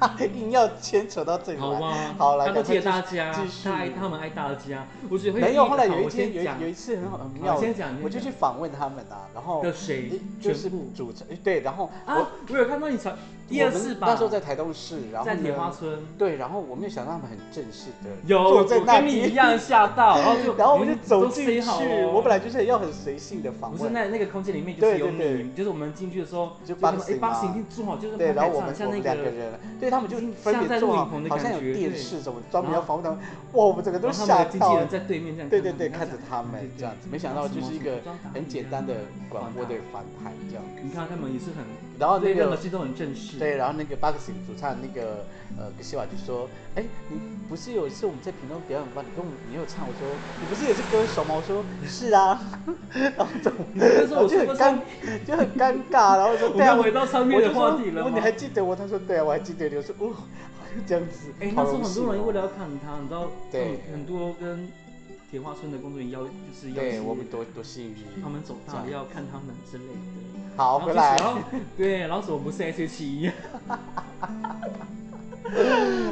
[SPEAKER 1] 哎、 硬要牵扯到这里
[SPEAKER 2] 好
[SPEAKER 1] 来。
[SPEAKER 2] 吧，
[SPEAKER 1] 好来
[SPEAKER 2] 他都记得
[SPEAKER 1] 赶
[SPEAKER 2] 大
[SPEAKER 1] 快
[SPEAKER 2] 家
[SPEAKER 1] 继续，
[SPEAKER 2] 他爱他们爱大家，我觉得会
[SPEAKER 1] 没有，
[SPEAKER 2] 一
[SPEAKER 1] 后来
[SPEAKER 2] 好
[SPEAKER 1] 有一
[SPEAKER 2] 我
[SPEAKER 1] 天
[SPEAKER 2] 先
[SPEAKER 1] 有
[SPEAKER 2] 讲
[SPEAKER 1] 一有一次很好很
[SPEAKER 2] 好
[SPEAKER 1] 妙
[SPEAKER 2] 我，先讲，
[SPEAKER 1] 我就去访问他们啊，然后
[SPEAKER 2] 的谁
[SPEAKER 1] 诶就
[SPEAKER 2] 全
[SPEAKER 1] 是
[SPEAKER 2] 部
[SPEAKER 1] 主持诶对，然后我、
[SPEAKER 2] 啊，我有看到你传第
[SPEAKER 1] 我
[SPEAKER 2] 二
[SPEAKER 1] 们
[SPEAKER 2] 次吧，嗯
[SPEAKER 1] 那时候在台东市，然后
[SPEAKER 2] 在铁花
[SPEAKER 1] 呢，
[SPEAKER 2] 村。
[SPEAKER 1] 对，然后我没有想到他们很正式的
[SPEAKER 2] 有，
[SPEAKER 1] 坐
[SPEAKER 2] 我
[SPEAKER 1] 在那
[SPEAKER 2] 跟你一
[SPEAKER 1] 边，
[SPEAKER 2] 样吓到，然后 就
[SPEAKER 1] 然后我们就
[SPEAKER 2] 嗯
[SPEAKER 1] 走
[SPEAKER 2] 都
[SPEAKER 1] 进
[SPEAKER 2] say
[SPEAKER 1] 去，
[SPEAKER 2] 好哦
[SPEAKER 1] 我本来就是要很随性的访
[SPEAKER 2] 不是
[SPEAKER 1] 问，
[SPEAKER 2] 那那个空间里面就是有
[SPEAKER 1] 对对
[SPEAKER 2] 你，就是我们进去的时候
[SPEAKER 1] 就
[SPEAKER 2] 把
[SPEAKER 1] boxing
[SPEAKER 2] 哎
[SPEAKER 1] 嘛
[SPEAKER 2] 把行定做好，就是
[SPEAKER 1] 对，
[SPEAKER 2] 拍
[SPEAKER 1] 然后
[SPEAKER 2] 照
[SPEAKER 1] 我们我
[SPEAKER 2] 像那
[SPEAKER 1] 们两个人，对他们就分
[SPEAKER 2] 像
[SPEAKER 1] 别
[SPEAKER 2] 在
[SPEAKER 1] 做
[SPEAKER 2] 录
[SPEAKER 1] 好
[SPEAKER 2] 影棚，的
[SPEAKER 1] 好像有
[SPEAKER 2] 感觉
[SPEAKER 1] 电
[SPEAKER 2] 对
[SPEAKER 1] 视什么专门要
[SPEAKER 2] 然后
[SPEAKER 1] 访问他们，哇，我们整个都
[SPEAKER 2] 然后
[SPEAKER 1] 吓
[SPEAKER 2] 他们的经纪
[SPEAKER 1] 到
[SPEAKER 2] 人，在对面这样看
[SPEAKER 1] 对
[SPEAKER 2] 他们，
[SPEAKER 1] 对对，
[SPEAKER 2] 然后
[SPEAKER 1] 看着他们这样子，没想到就是一个很简单。的广播的反弹这样
[SPEAKER 2] 对对对对对对对对对对对对对对对对对对你看他们也是很，
[SPEAKER 1] 然后那
[SPEAKER 2] 对任何
[SPEAKER 1] 个
[SPEAKER 2] 事都很正式。
[SPEAKER 1] 对，然后那个 boxing 主唱那个呃葛西瓦就说，哎，你不是有一次我们在屏东表演吗？你跟我们你有唱，我说你不是也是歌手吗？我说是啊， 然后就
[SPEAKER 2] 那时
[SPEAKER 1] 然
[SPEAKER 2] 候
[SPEAKER 1] 后
[SPEAKER 2] 我
[SPEAKER 1] 啊就
[SPEAKER 2] 是
[SPEAKER 1] 很
[SPEAKER 2] 不是
[SPEAKER 1] 尴就很尴尬，然后我 说
[SPEAKER 2] 我
[SPEAKER 1] 对啊，
[SPEAKER 2] 们
[SPEAKER 1] 我
[SPEAKER 2] 回到上面
[SPEAKER 1] 我就
[SPEAKER 2] 的
[SPEAKER 1] 说
[SPEAKER 2] 话题了
[SPEAKER 1] 我
[SPEAKER 2] 吗
[SPEAKER 1] 你还？记得我？他说对啊，我还记得你。我说哦，这样子，
[SPEAKER 2] 哎，那
[SPEAKER 1] 好
[SPEAKER 2] 时候
[SPEAKER 1] 荣
[SPEAKER 2] 很
[SPEAKER 1] 幸
[SPEAKER 2] 多人
[SPEAKER 1] 哦
[SPEAKER 2] 为了要看他，你知道，
[SPEAKER 1] 对
[SPEAKER 2] 很多跟铁花村的工作人员要就是要
[SPEAKER 1] 对
[SPEAKER 2] 求
[SPEAKER 1] 我们多多幸运。
[SPEAKER 2] 他们走大了要看他们之类的。
[SPEAKER 1] 好，回来。
[SPEAKER 2] 然后就是然后对，老鼠我们是 S 七一。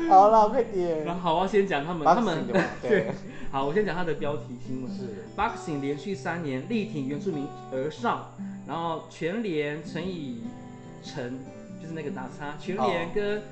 [SPEAKER 1] 好了，快点。
[SPEAKER 2] 然后好，我先讲他们，他
[SPEAKER 1] boxing
[SPEAKER 2] 们
[SPEAKER 1] 的嘛，对，
[SPEAKER 2] 好，我先讲他的标题新闻。
[SPEAKER 1] 是
[SPEAKER 2] Boxing 连续三年力挺原住民而上，然后全联乘以乘就是那个打叉，全联
[SPEAKER 1] 哦
[SPEAKER 2] 跟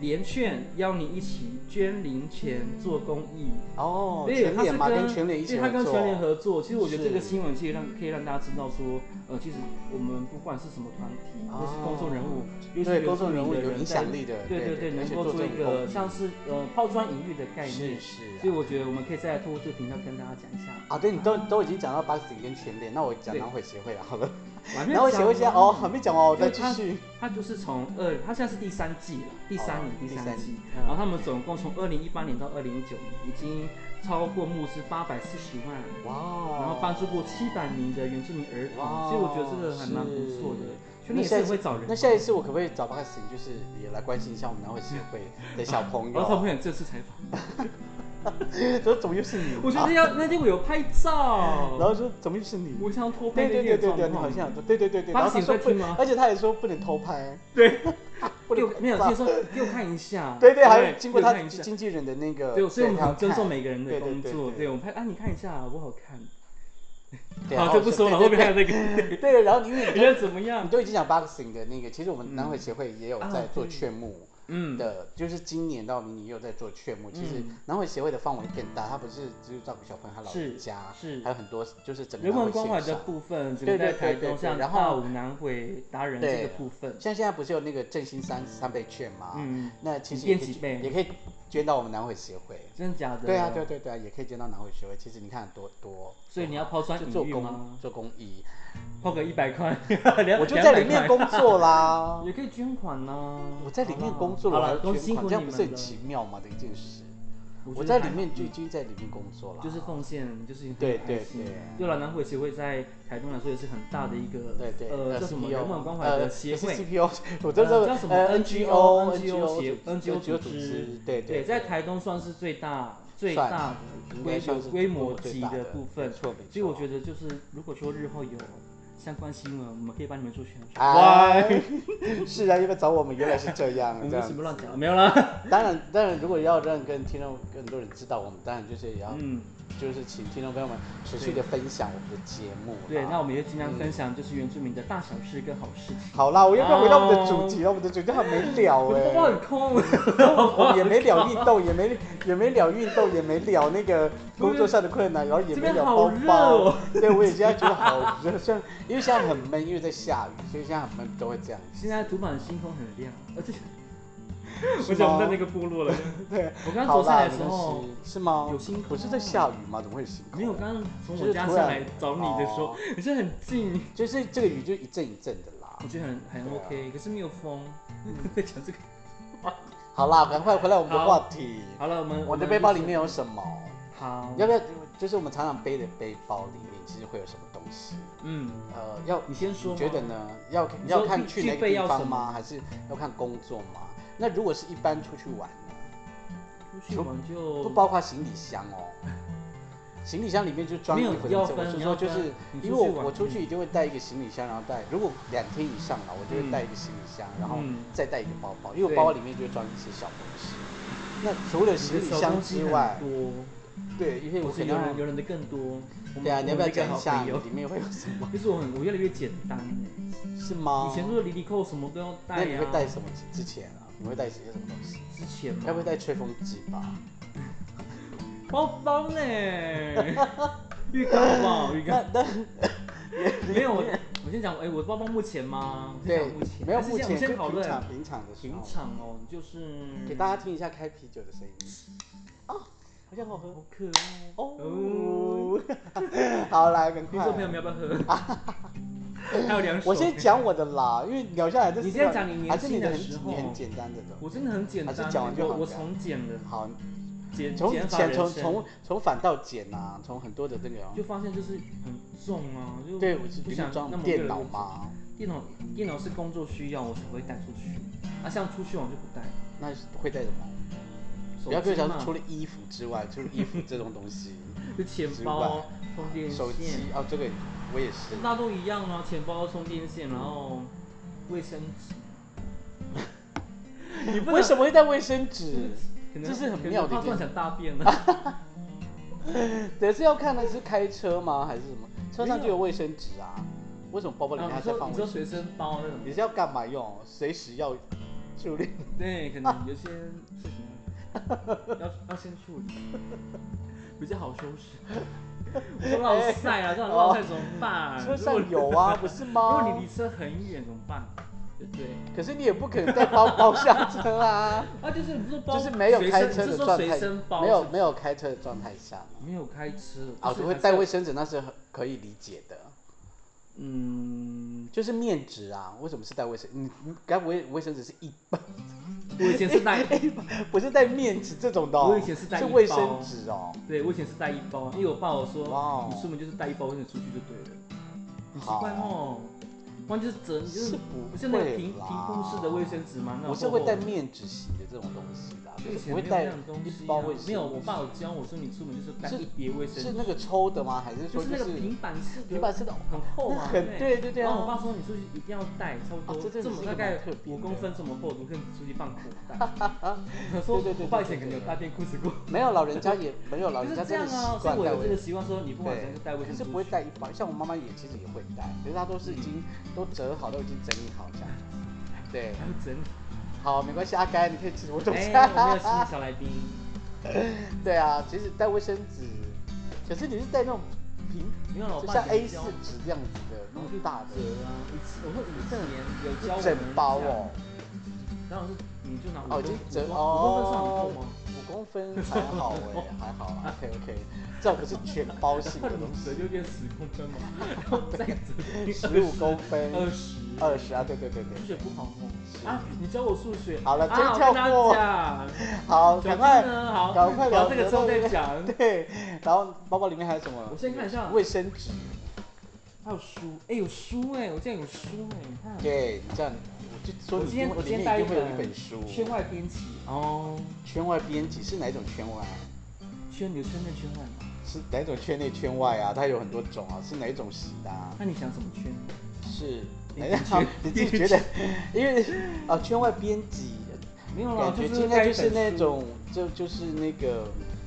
[SPEAKER 2] 联券邀你一起捐零钱做公益。
[SPEAKER 1] 哦，
[SPEAKER 2] 对，
[SPEAKER 1] 全
[SPEAKER 2] 他是
[SPEAKER 1] 脸嘛，跟全脸一起
[SPEAKER 2] 对他
[SPEAKER 1] 合
[SPEAKER 2] 跟
[SPEAKER 1] 作
[SPEAKER 2] 全联合作。其实我觉得
[SPEAKER 1] 是
[SPEAKER 2] 这个新闻其实让可以让大家知道说，呃，其实我们不管是什么团体或是公众人物，尤其
[SPEAKER 1] 哦
[SPEAKER 2] 是
[SPEAKER 1] 对
[SPEAKER 2] 原
[SPEAKER 1] 公
[SPEAKER 2] 住
[SPEAKER 1] 众
[SPEAKER 2] 民
[SPEAKER 1] 人物
[SPEAKER 2] 的
[SPEAKER 1] 有
[SPEAKER 2] 人
[SPEAKER 1] 影
[SPEAKER 2] 在
[SPEAKER 1] 响力的，
[SPEAKER 2] 对
[SPEAKER 1] 对
[SPEAKER 2] 对对，
[SPEAKER 1] 而
[SPEAKER 2] 能
[SPEAKER 1] 且
[SPEAKER 2] 够
[SPEAKER 1] 做
[SPEAKER 2] 做
[SPEAKER 1] 这
[SPEAKER 2] 一个
[SPEAKER 1] 公益
[SPEAKER 2] 像是呃抛砖引玉的概念
[SPEAKER 1] 是，
[SPEAKER 2] 所
[SPEAKER 1] 是
[SPEAKER 2] 以
[SPEAKER 1] 啊。
[SPEAKER 2] 我觉得我们可以再来透过这个频道跟大家讲一下。
[SPEAKER 1] 啊，对你都都已经讲到 boxing 跟全脸，那我讲南回协会了，好了，
[SPEAKER 2] 我还没
[SPEAKER 1] 南
[SPEAKER 2] 有
[SPEAKER 1] 回协会现在
[SPEAKER 2] 讲
[SPEAKER 1] 哦
[SPEAKER 2] 完
[SPEAKER 1] 还没讲完，我再
[SPEAKER 2] 因为
[SPEAKER 1] 继
[SPEAKER 2] 他
[SPEAKER 1] 续。
[SPEAKER 2] 它就是从二，它现在是第三季了，第三年
[SPEAKER 1] 哦、
[SPEAKER 2] 第
[SPEAKER 1] 第三
[SPEAKER 2] 三季
[SPEAKER 1] 季，
[SPEAKER 2] 然后他们总共从二零一八年到二零一九年，已经超过募资八百四十万，
[SPEAKER 1] 哇哦，
[SPEAKER 2] 然后帮助过七百名的原住民儿童，
[SPEAKER 1] 哇
[SPEAKER 2] 所以我觉得这个还蛮不错的
[SPEAKER 1] 是。
[SPEAKER 2] 兄弟也是很会找人，
[SPEAKER 1] 那下一次我可不可以找 boxing，就是也来关心一下我们南回协会的小朋
[SPEAKER 2] 然后他们
[SPEAKER 1] 友？
[SPEAKER 2] 很正式采访，
[SPEAKER 1] 说 怎么又是你？
[SPEAKER 2] 我觉
[SPEAKER 1] 啊
[SPEAKER 2] 得要那天我有拍照，
[SPEAKER 1] 然后说怎么又是你？
[SPEAKER 2] 我想偷
[SPEAKER 1] 对
[SPEAKER 2] 拍那
[SPEAKER 1] 对
[SPEAKER 2] 天
[SPEAKER 1] 对
[SPEAKER 2] 的
[SPEAKER 1] 对对，
[SPEAKER 2] 状
[SPEAKER 1] 你好
[SPEAKER 2] 况。
[SPEAKER 1] 像有对对对对，
[SPEAKER 2] 八
[SPEAKER 1] 然后他
[SPEAKER 2] 喜
[SPEAKER 1] 说
[SPEAKER 2] 在
[SPEAKER 1] 不
[SPEAKER 2] 听吗
[SPEAKER 1] 而且他也说不能偷拍，
[SPEAKER 2] 对，
[SPEAKER 1] 不
[SPEAKER 2] 给
[SPEAKER 1] 能
[SPEAKER 2] 我没有，
[SPEAKER 1] 拍
[SPEAKER 2] 就是说给我看一下。
[SPEAKER 1] 对对，还
[SPEAKER 2] 对
[SPEAKER 1] 有经过他
[SPEAKER 2] 给我看一下
[SPEAKER 1] 经纪人的那个，
[SPEAKER 2] 对，所以我们
[SPEAKER 1] 他要
[SPEAKER 2] 很尊重
[SPEAKER 1] 看
[SPEAKER 2] 每个人的
[SPEAKER 1] 对对
[SPEAKER 2] 工
[SPEAKER 1] 对
[SPEAKER 2] 作。
[SPEAKER 1] 对
[SPEAKER 2] 对，我们拍啊，你看一下好不好看？
[SPEAKER 1] 对
[SPEAKER 2] 好，
[SPEAKER 1] 然后
[SPEAKER 2] 就不
[SPEAKER 1] 说
[SPEAKER 2] 说了。后
[SPEAKER 1] 对
[SPEAKER 2] 面还有那个，
[SPEAKER 1] 对对，然后因为
[SPEAKER 2] 你
[SPEAKER 1] 你
[SPEAKER 2] 觉
[SPEAKER 1] 都
[SPEAKER 2] 得怎么样
[SPEAKER 1] 你？都已经讲 boxing 的那个，其实我们南汇协会也有
[SPEAKER 2] 啊
[SPEAKER 1] 在做
[SPEAKER 2] 对
[SPEAKER 1] 劝募
[SPEAKER 2] 嗯，
[SPEAKER 1] 的，就是今年到明年也有在做劝募。其实
[SPEAKER 2] 嗯
[SPEAKER 1] 南汇协会的范围更大，它不是只是照顾小朋友，还有老人
[SPEAKER 2] 是
[SPEAKER 1] 家，
[SPEAKER 2] 是
[SPEAKER 1] 还有很多就是整个
[SPEAKER 2] 人
[SPEAKER 1] 南汇
[SPEAKER 2] 文关怀
[SPEAKER 1] 线
[SPEAKER 2] 的
[SPEAKER 1] 上。
[SPEAKER 2] 部分，整
[SPEAKER 1] 对
[SPEAKER 2] 个
[SPEAKER 1] 对
[SPEAKER 2] 在
[SPEAKER 1] 对
[SPEAKER 2] 台
[SPEAKER 1] 对
[SPEAKER 2] 东
[SPEAKER 1] 对
[SPEAKER 2] 像
[SPEAKER 1] 然后
[SPEAKER 2] 大武南回达人这
[SPEAKER 1] 对
[SPEAKER 2] 个部分，
[SPEAKER 1] 像现在不是有那个振兴三三倍券吗？
[SPEAKER 2] 嗯，
[SPEAKER 1] 那其实也
[SPEAKER 2] 变
[SPEAKER 1] 可以
[SPEAKER 2] 几倍
[SPEAKER 1] 也可以捐到我们南汇协会。
[SPEAKER 2] 真的假的？
[SPEAKER 1] 对啊，对。对对啊，也可以捐到南汇协会。其实你看多多，
[SPEAKER 2] 所以你要
[SPEAKER 1] 多
[SPEAKER 2] 抛
[SPEAKER 1] 好
[SPEAKER 2] 砖
[SPEAKER 1] 就
[SPEAKER 2] 引
[SPEAKER 1] 做
[SPEAKER 2] 玉
[SPEAKER 1] 公
[SPEAKER 2] 吗？
[SPEAKER 1] 做公益，
[SPEAKER 2] 抛个一百块，两
[SPEAKER 1] 我就在里面，
[SPEAKER 2] 200块
[SPEAKER 1] 工作啦
[SPEAKER 2] 。也可以捐款呐。啊
[SPEAKER 1] 我在里面工作，
[SPEAKER 2] 好
[SPEAKER 1] 我还
[SPEAKER 2] 了，
[SPEAKER 1] 要
[SPEAKER 2] 都
[SPEAKER 1] 捐
[SPEAKER 2] 辛
[SPEAKER 1] 款，这
[SPEAKER 2] 苦你
[SPEAKER 1] 样
[SPEAKER 2] 们
[SPEAKER 1] 不是很
[SPEAKER 2] 了。
[SPEAKER 1] 奇妙吗？的一件事。
[SPEAKER 2] 我觉
[SPEAKER 1] 我
[SPEAKER 2] 得
[SPEAKER 1] 在
[SPEAKER 2] 还
[SPEAKER 1] 里面
[SPEAKER 2] 好嗯
[SPEAKER 1] 就已经在里面工作了，
[SPEAKER 2] 就是奉献，就是很
[SPEAKER 1] 对
[SPEAKER 2] 开
[SPEAKER 1] 对
[SPEAKER 2] 心
[SPEAKER 1] 对。
[SPEAKER 2] 对啊蓝南会协会在台东来说也是很大的一个，
[SPEAKER 1] 嗯对对，
[SPEAKER 2] 呃，叫什么
[SPEAKER 1] CPO
[SPEAKER 2] 人文关 怀的协
[SPEAKER 1] 呃不
[SPEAKER 2] 会
[SPEAKER 1] 是，CPO，我真
[SPEAKER 2] 呃
[SPEAKER 1] 的
[SPEAKER 2] 叫什么 NGO
[SPEAKER 1] NGO
[SPEAKER 2] 协 NGO 组
[SPEAKER 1] 组
[SPEAKER 2] 织
[SPEAKER 1] 织，对
[SPEAKER 2] 对，在台东算是最大最
[SPEAKER 1] 算
[SPEAKER 2] 大的
[SPEAKER 1] 应
[SPEAKER 2] 规
[SPEAKER 1] 该算
[SPEAKER 2] 模
[SPEAKER 1] 是
[SPEAKER 2] 规模
[SPEAKER 1] 最
[SPEAKER 2] 级
[SPEAKER 1] 大的
[SPEAKER 2] 部分
[SPEAKER 1] 没，错没错。
[SPEAKER 2] 所以我觉得就是如果说日后有相关新闻，我们可以帮你们做宣传。
[SPEAKER 1] 哎， 是啊，因为找我们原来是这样，
[SPEAKER 2] 我
[SPEAKER 1] 这
[SPEAKER 2] 们
[SPEAKER 1] 样
[SPEAKER 2] 什
[SPEAKER 1] 子
[SPEAKER 2] 么乱讲？没有啦。
[SPEAKER 1] 当然，当然，如果要让跟听众更多人知道，我们当然就是也要，
[SPEAKER 2] 嗯，
[SPEAKER 1] 就是请听众朋友们持续的分享我们的节目。
[SPEAKER 2] 对，那
[SPEAKER 1] 好嗯
[SPEAKER 2] 我们也尽量分享就是原住民的大小事跟好事情。
[SPEAKER 1] 好啦，我要不要回到我们的主题了？我们的主题还没聊
[SPEAKER 2] 我
[SPEAKER 1] 哎、
[SPEAKER 2] 的包包很空，
[SPEAKER 1] 我哦们也没聊运动，也没也没聊运动，也没聊那个工作上的困难，然后也没
[SPEAKER 2] 这边
[SPEAKER 1] 聊
[SPEAKER 2] 好
[SPEAKER 1] 包
[SPEAKER 2] 热
[SPEAKER 1] 包。
[SPEAKER 2] 哦。
[SPEAKER 1] 对，我也现在觉得好热，像因为现在很闷，因为在下雨，所以现在很闷，都会这样。
[SPEAKER 2] 现在土板的星空 很亮，而且
[SPEAKER 1] 是
[SPEAKER 2] 我想不
[SPEAKER 1] 吗
[SPEAKER 2] 到那个部落了。
[SPEAKER 1] 对，
[SPEAKER 2] 我刚
[SPEAKER 1] 好
[SPEAKER 2] 走下
[SPEAKER 1] 啦
[SPEAKER 2] 来的时候
[SPEAKER 1] 没关系是吗？
[SPEAKER 2] 有星空，
[SPEAKER 1] 不是在下雨吗？怎么会有星空？
[SPEAKER 2] 没有，刚刚从
[SPEAKER 1] 就
[SPEAKER 2] 我
[SPEAKER 1] 是
[SPEAKER 2] 家
[SPEAKER 1] 突
[SPEAKER 2] 上
[SPEAKER 1] 然
[SPEAKER 2] 来找你的时候
[SPEAKER 1] 哦，
[SPEAKER 2] 可是很近，
[SPEAKER 1] 就是这个雨就一阵一阵的啦
[SPEAKER 2] 我。觉得很很
[SPEAKER 1] 对啊嗯
[SPEAKER 2] OK，可是没有风。在 讲这个，
[SPEAKER 1] 好啦，赶快回来我们的话题。
[SPEAKER 2] 好了，我们
[SPEAKER 1] 我的
[SPEAKER 2] 们
[SPEAKER 1] 背包
[SPEAKER 2] 就
[SPEAKER 1] 里
[SPEAKER 2] 是
[SPEAKER 1] 面有什么？
[SPEAKER 2] 好，
[SPEAKER 1] 要不要？就是我们常常背的背包里面，其实会有什么东西？
[SPEAKER 2] 嗯，
[SPEAKER 1] 呃，要
[SPEAKER 2] 你先说
[SPEAKER 1] 你觉
[SPEAKER 2] 吗，
[SPEAKER 1] 得呢？要
[SPEAKER 2] 你说
[SPEAKER 1] 要看
[SPEAKER 2] 具
[SPEAKER 1] 去哪
[SPEAKER 2] 具
[SPEAKER 1] 个
[SPEAKER 2] 备
[SPEAKER 1] 地
[SPEAKER 2] 要
[SPEAKER 1] 方
[SPEAKER 2] 什
[SPEAKER 1] 吗？还是要看工作吗？那如果是一般出去玩呢？
[SPEAKER 2] 出去玩就
[SPEAKER 1] 不包括行李箱哦。行李箱里面就装衣
[SPEAKER 2] 没有
[SPEAKER 1] 服的，
[SPEAKER 2] 要
[SPEAKER 1] 我
[SPEAKER 2] 分
[SPEAKER 1] 是
[SPEAKER 2] 你
[SPEAKER 1] 说
[SPEAKER 2] 要
[SPEAKER 1] 就
[SPEAKER 2] 分
[SPEAKER 1] 是
[SPEAKER 2] 你
[SPEAKER 1] 因为
[SPEAKER 2] 出
[SPEAKER 1] 我
[SPEAKER 2] 去玩
[SPEAKER 1] 我出
[SPEAKER 2] 嗯
[SPEAKER 1] 去一定会带一个行李箱，然后带如果两天以上了，我就会
[SPEAKER 2] 嗯
[SPEAKER 1] 带一个行李箱，然后
[SPEAKER 2] 嗯
[SPEAKER 1] 再带一个包包，因为我
[SPEAKER 2] 对
[SPEAKER 1] 包包里面就会装一些小东西。那除了行
[SPEAKER 2] 你
[SPEAKER 1] 李
[SPEAKER 2] 的手
[SPEAKER 1] 箱
[SPEAKER 2] 工具
[SPEAKER 1] 之
[SPEAKER 2] 很
[SPEAKER 1] 外，
[SPEAKER 2] 多，
[SPEAKER 1] 对，因为我
[SPEAKER 2] 我
[SPEAKER 1] 可
[SPEAKER 2] 是有
[SPEAKER 1] 能
[SPEAKER 2] 人有人的更多。我
[SPEAKER 1] 对啊，
[SPEAKER 2] 们
[SPEAKER 1] 你要不要
[SPEAKER 2] 我们这个
[SPEAKER 1] 讲一
[SPEAKER 2] 好
[SPEAKER 1] 下
[SPEAKER 2] 朋友
[SPEAKER 1] 里面会有什 么？
[SPEAKER 2] 其实我很我越来越简单欸
[SPEAKER 1] 是吗？
[SPEAKER 2] 以前都是离离扣什么都要
[SPEAKER 1] 哦那
[SPEAKER 2] 带
[SPEAKER 1] 你
[SPEAKER 2] 呀。
[SPEAKER 1] 会带什么？之前啊，你会带些什么东西？
[SPEAKER 2] 之前吗
[SPEAKER 1] 该不会带吹风机吧？
[SPEAKER 2] 包包 呢？浴缸好不好？浴
[SPEAKER 1] 那
[SPEAKER 2] 缸
[SPEAKER 1] 那
[SPEAKER 2] 没有我，我先讲，哎，我包包目前吗？我先
[SPEAKER 1] 对
[SPEAKER 2] 讲目，前
[SPEAKER 1] 没有
[SPEAKER 2] 还是
[SPEAKER 1] 目
[SPEAKER 2] 先
[SPEAKER 1] 前
[SPEAKER 2] 我
[SPEAKER 1] 就
[SPEAKER 2] 先讨
[SPEAKER 1] 平
[SPEAKER 2] 论
[SPEAKER 1] 常平常的时
[SPEAKER 2] 平
[SPEAKER 1] 候，
[SPEAKER 2] 常哦，就是
[SPEAKER 1] 给大家听一下开啤酒的声音。啊，好像好喝
[SPEAKER 2] 好可爱
[SPEAKER 1] 哦。 好，来，赶
[SPEAKER 2] 听众朋
[SPEAKER 1] 快。
[SPEAKER 2] 友们要不 要喝？还有两首。
[SPEAKER 1] 我先，讲我的啦，因为聊下来这
[SPEAKER 2] 你
[SPEAKER 1] 四
[SPEAKER 2] 先
[SPEAKER 1] 个
[SPEAKER 2] 讲你年
[SPEAKER 1] 还是你
[SPEAKER 2] 轻
[SPEAKER 1] 的
[SPEAKER 2] 的
[SPEAKER 1] 很
[SPEAKER 2] 时候
[SPEAKER 1] 你很简单的都。
[SPEAKER 2] 我真的很简单
[SPEAKER 1] 还是讲完，就
[SPEAKER 2] 我
[SPEAKER 1] 好
[SPEAKER 2] 我从简的
[SPEAKER 1] 好，
[SPEAKER 2] 减
[SPEAKER 1] 从
[SPEAKER 2] 减法
[SPEAKER 1] 前
[SPEAKER 2] 人
[SPEAKER 1] 从
[SPEAKER 2] 生，
[SPEAKER 1] 从从反到简啊，从很多的那个，
[SPEAKER 2] 就发现就是很重啊，就
[SPEAKER 1] 对我是
[SPEAKER 2] 不
[SPEAKER 1] 觉得
[SPEAKER 2] 想那
[SPEAKER 1] 装
[SPEAKER 2] 么
[SPEAKER 1] 电脑
[SPEAKER 2] 热
[SPEAKER 1] 嘛，
[SPEAKER 2] 电脑电脑是工作需要，我才会带出去。啊，像出去玩就不带。
[SPEAKER 1] 那会带什么？
[SPEAKER 2] 手
[SPEAKER 1] 不要跟我
[SPEAKER 2] 机
[SPEAKER 1] 讲
[SPEAKER 2] 嘛
[SPEAKER 1] 说除了衣服之外，除了衣服这种东 西，
[SPEAKER 2] 就钱包、充电
[SPEAKER 1] 手机
[SPEAKER 2] 线，
[SPEAKER 1] 哦，这个我也是。
[SPEAKER 2] 那都一样啊，钱包、充电线，然后卫生 纸。你不能
[SPEAKER 1] 为什么会带卫生纸？
[SPEAKER 2] 可能
[SPEAKER 1] 这是很妙的一
[SPEAKER 2] 可能怕
[SPEAKER 1] 件啊
[SPEAKER 2] 乱想大便啊了。嗯
[SPEAKER 1] 对，是要看的是开车吗？还是什么？车上就有卫生纸啊，为什么包包里面
[SPEAKER 2] 啊
[SPEAKER 1] 还
[SPEAKER 2] 你
[SPEAKER 1] 在
[SPEAKER 2] 说
[SPEAKER 1] 放
[SPEAKER 2] 你
[SPEAKER 1] 卫
[SPEAKER 2] 说
[SPEAKER 1] 生纸？
[SPEAKER 2] 随身包那种，
[SPEAKER 1] 你是要干嘛用？随时要处理。
[SPEAKER 2] 对，可
[SPEAKER 1] 啊
[SPEAKER 2] 能有些事情啊 要要先处理，比较好收拾。我说
[SPEAKER 1] 哎
[SPEAKER 2] 落晒啊，这样落晒怎么办？
[SPEAKER 1] 车
[SPEAKER 2] 如果
[SPEAKER 1] 上哦有啊，不是
[SPEAKER 2] 如
[SPEAKER 1] 吗
[SPEAKER 2] 果？你离车很远怎么办？对不对？
[SPEAKER 1] 可是你也不可能带包 包下车啊，
[SPEAKER 2] 啊，就是你说包，
[SPEAKER 1] 就是没有
[SPEAKER 2] 随身
[SPEAKER 1] 开车的
[SPEAKER 2] 你是说
[SPEAKER 1] 状
[SPEAKER 2] 随
[SPEAKER 1] 态
[SPEAKER 2] 身，包
[SPEAKER 1] 没有
[SPEAKER 2] 是
[SPEAKER 1] 没有开车的状态下嘛。
[SPEAKER 2] 没有开车
[SPEAKER 1] 啊，
[SPEAKER 2] 就
[SPEAKER 1] 我
[SPEAKER 2] 是
[SPEAKER 1] 会
[SPEAKER 2] 还是
[SPEAKER 1] 带
[SPEAKER 2] 要
[SPEAKER 1] 卫生纸，那是很可以理解的。
[SPEAKER 2] 嗯，
[SPEAKER 1] 就是面纸啊，为什么是带卫生？你你该不会卫生纸是一
[SPEAKER 2] 我以前是带，
[SPEAKER 1] 不是带面纸这种的、哦？
[SPEAKER 2] 我以前是带
[SPEAKER 1] 是
[SPEAKER 2] 一
[SPEAKER 1] 卫
[SPEAKER 2] 包
[SPEAKER 1] 生纸哦。
[SPEAKER 2] 对我以前是带一包，因为我爸我说，
[SPEAKER 1] 哇哦
[SPEAKER 2] 你出门就是带一包卫生纸出去就对了，很奇
[SPEAKER 1] 好
[SPEAKER 2] 怪哦，不然就是折，你就是
[SPEAKER 1] 是
[SPEAKER 2] 不
[SPEAKER 1] 不
[SPEAKER 2] 是那个
[SPEAKER 1] 会
[SPEAKER 2] 平
[SPEAKER 1] 啦
[SPEAKER 2] 平铺式的卫生纸吗？那
[SPEAKER 1] 我
[SPEAKER 2] 种
[SPEAKER 1] 是会
[SPEAKER 2] 厚厚
[SPEAKER 1] 带
[SPEAKER 2] 的
[SPEAKER 1] 面纸型的这种东西啦，
[SPEAKER 2] 我以
[SPEAKER 1] 就是不
[SPEAKER 2] 前
[SPEAKER 1] 会
[SPEAKER 2] 没有
[SPEAKER 1] 带
[SPEAKER 2] 那种东
[SPEAKER 1] 一
[SPEAKER 2] 西
[SPEAKER 1] 包
[SPEAKER 2] 啊
[SPEAKER 1] 卫生纸。
[SPEAKER 2] 没有，我爸有教我说你出门就是带
[SPEAKER 1] 是
[SPEAKER 2] 一叠卫生
[SPEAKER 1] 是
[SPEAKER 2] 纸，
[SPEAKER 1] 那个抽的吗？还是说
[SPEAKER 2] 就是
[SPEAKER 1] 就
[SPEAKER 2] 那
[SPEAKER 1] 是
[SPEAKER 2] 个平板式的，
[SPEAKER 1] 平板式的？
[SPEAKER 2] 很厚
[SPEAKER 1] 那
[SPEAKER 2] 啊，
[SPEAKER 1] 很对对对
[SPEAKER 2] 然后我
[SPEAKER 1] 啊！
[SPEAKER 2] 爸说你出去一定要带，差不
[SPEAKER 1] 啊
[SPEAKER 2] 多
[SPEAKER 1] 这真的
[SPEAKER 2] 这么
[SPEAKER 1] 是一
[SPEAKER 2] 大
[SPEAKER 1] 个
[SPEAKER 2] 概
[SPEAKER 1] 蛮特别
[SPEAKER 2] 五
[SPEAKER 1] 的
[SPEAKER 2] 公分这么厚，你可以出去放口袋。 我说
[SPEAKER 1] 对对对
[SPEAKER 2] 我爸以
[SPEAKER 1] 对
[SPEAKER 2] 前可能
[SPEAKER 1] 对
[SPEAKER 2] 有大便裤子过，
[SPEAKER 1] 没有老人家也没有老人
[SPEAKER 2] 就是
[SPEAKER 1] 家
[SPEAKER 2] 这
[SPEAKER 1] 真
[SPEAKER 2] 样
[SPEAKER 1] 的习
[SPEAKER 2] 啊，所以
[SPEAKER 1] 惯
[SPEAKER 2] 我
[SPEAKER 1] 带
[SPEAKER 2] 有这
[SPEAKER 1] 卫
[SPEAKER 2] 个
[SPEAKER 1] 生
[SPEAKER 2] 习惯，说你不管怎样就带卫
[SPEAKER 1] 可
[SPEAKER 2] 生
[SPEAKER 1] 是
[SPEAKER 2] 纸出去。哎
[SPEAKER 1] 不会带一包。像我妈妈也其实也会带，可是她都是已经
[SPEAKER 2] 嗯
[SPEAKER 1] 都折好，都已经整理好这样。 对，
[SPEAKER 2] 还会 整理。
[SPEAKER 1] 好，没关系，阿甘你可以吃我中
[SPEAKER 2] 哎，
[SPEAKER 1] 餐。
[SPEAKER 2] 我们有新的小来 宾，
[SPEAKER 1] 对啊，其实带卫生纸，可是你是带那种平，
[SPEAKER 2] 没有老
[SPEAKER 1] 就
[SPEAKER 2] 爸
[SPEAKER 1] 像
[SPEAKER 2] 以
[SPEAKER 1] A
[SPEAKER 2] 前
[SPEAKER 1] 四
[SPEAKER 2] 教
[SPEAKER 1] 纸这样子的，那
[SPEAKER 2] 然后
[SPEAKER 1] 么
[SPEAKER 2] 就
[SPEAKER 1] 大
[SPEAKER 2] 打
[SPEAKER 1] 的
[SPEAKER 2] 折，啊，一次我说以前有教我
[SPEAKER 1] 是
[SPEAKER 2] 们
[SPEAKER 1] 整包哦。
[SPEAKER 2] 这样，然后我是你就拿五
[SPEAKER 1] 哦
[SPEAKER 2] 公
[SPEAKER 1] 已经
[SPEAKER 2] 五
[SPEAKER 1] 折
[SPEAKER 2] 公五公分算
[SPEAKER 1] 哦
[SPEAKER 2] 很够吗？
[SPEAKER 1] 五公分还好哎、还好啊，OK OK，这种不是全包性的东
[SPEAKER 2] 折
[SPEAKER 1] 西，
[SPEAKER 2] 就变十公分嘛，然后再折
[SPEAKER 1] 十五公分，
[SPEAKER 2] 二十，
[SPEAKER 1] 二十啊，对对对
[SPEAKER 2] 数
[SPEAKER 1] 对，
[SPEAKER 2] 学不好吗？啊，你教我数学。
[SPEAKER 1] 好了，直接
[SPEAKER 2] 啊，我
[SPEAKER 1] 跳
[SPEAKER 2] 跟大家
[SPEAKER 1] 过，
[SPEAKER 2] 讲，
[SPEAKER 1] 好，赶快
[SPEAKER 2] 总之呢，好，
[SPEAKER 1] 赶快聊
[SPEAKER 2] 好这个之后再 讲。
[SPEAKER 1] 对，然后包包里面还有什么？
[SPEAKER 2] 我先看一下
[SPEAKER 1] 卫生纸，
[SPEAKER 2] 还有书，哎，有书哎，我竟然有书哎，你看。
[SPEAKER 1] 对，你这样，我就说
[SPEAKER 2] 我
[SPEAKER 1] 你
[SPEAKER 2] 今
[SPEAKER 1] 一
[SPEAKER 2] 天
[SPEAKER 1] 定会
[SPEAKER 2] 我今天
[SPEAKER 1] 里面
[SPEAKER 2] 带
[SPEAKER 1] 一
[SPEAKER 2] 一
[SPEAKER 1] 定会有一
[SPEAKER 2] 本
[SPEAKER 1] 本书，
[SPEAKER 2] 圈外编辑哦，
[SPEAKER 1] 圈外编辑是哪种圈外？
[SPEAKER 2] 圈你的圈内圈外嘛？
[SPEAKER 1] 是哪种圈内圈外啊？它有很多种啊，是哪种型的、啊？
[SPEAKER 2] 那你想什么圈？
[SPEAKER 1] 是，
[SPEAKER 2] 编辑
[SPEAKER 1] 哎，你自己觉得，因为啊，圈外编辑
[SPEAKER 2] 没有啦，
[SPEAKER 1] 感
[SPEAKER 2] 就
[SPEAKER 1] 觉
[SPEAKER 2] 是
[SPEAKER 1] 应
[SPEAKER 2] 带
[SPEAKER 1] 该
[SPEAKER 2] 一
[SPEAKER 1] 就
[SPEAKER 2] 本
[SPEAKER 1] 是那
[SPEAKER 2] 书
[SPEAKER 1] 种，就就是那个，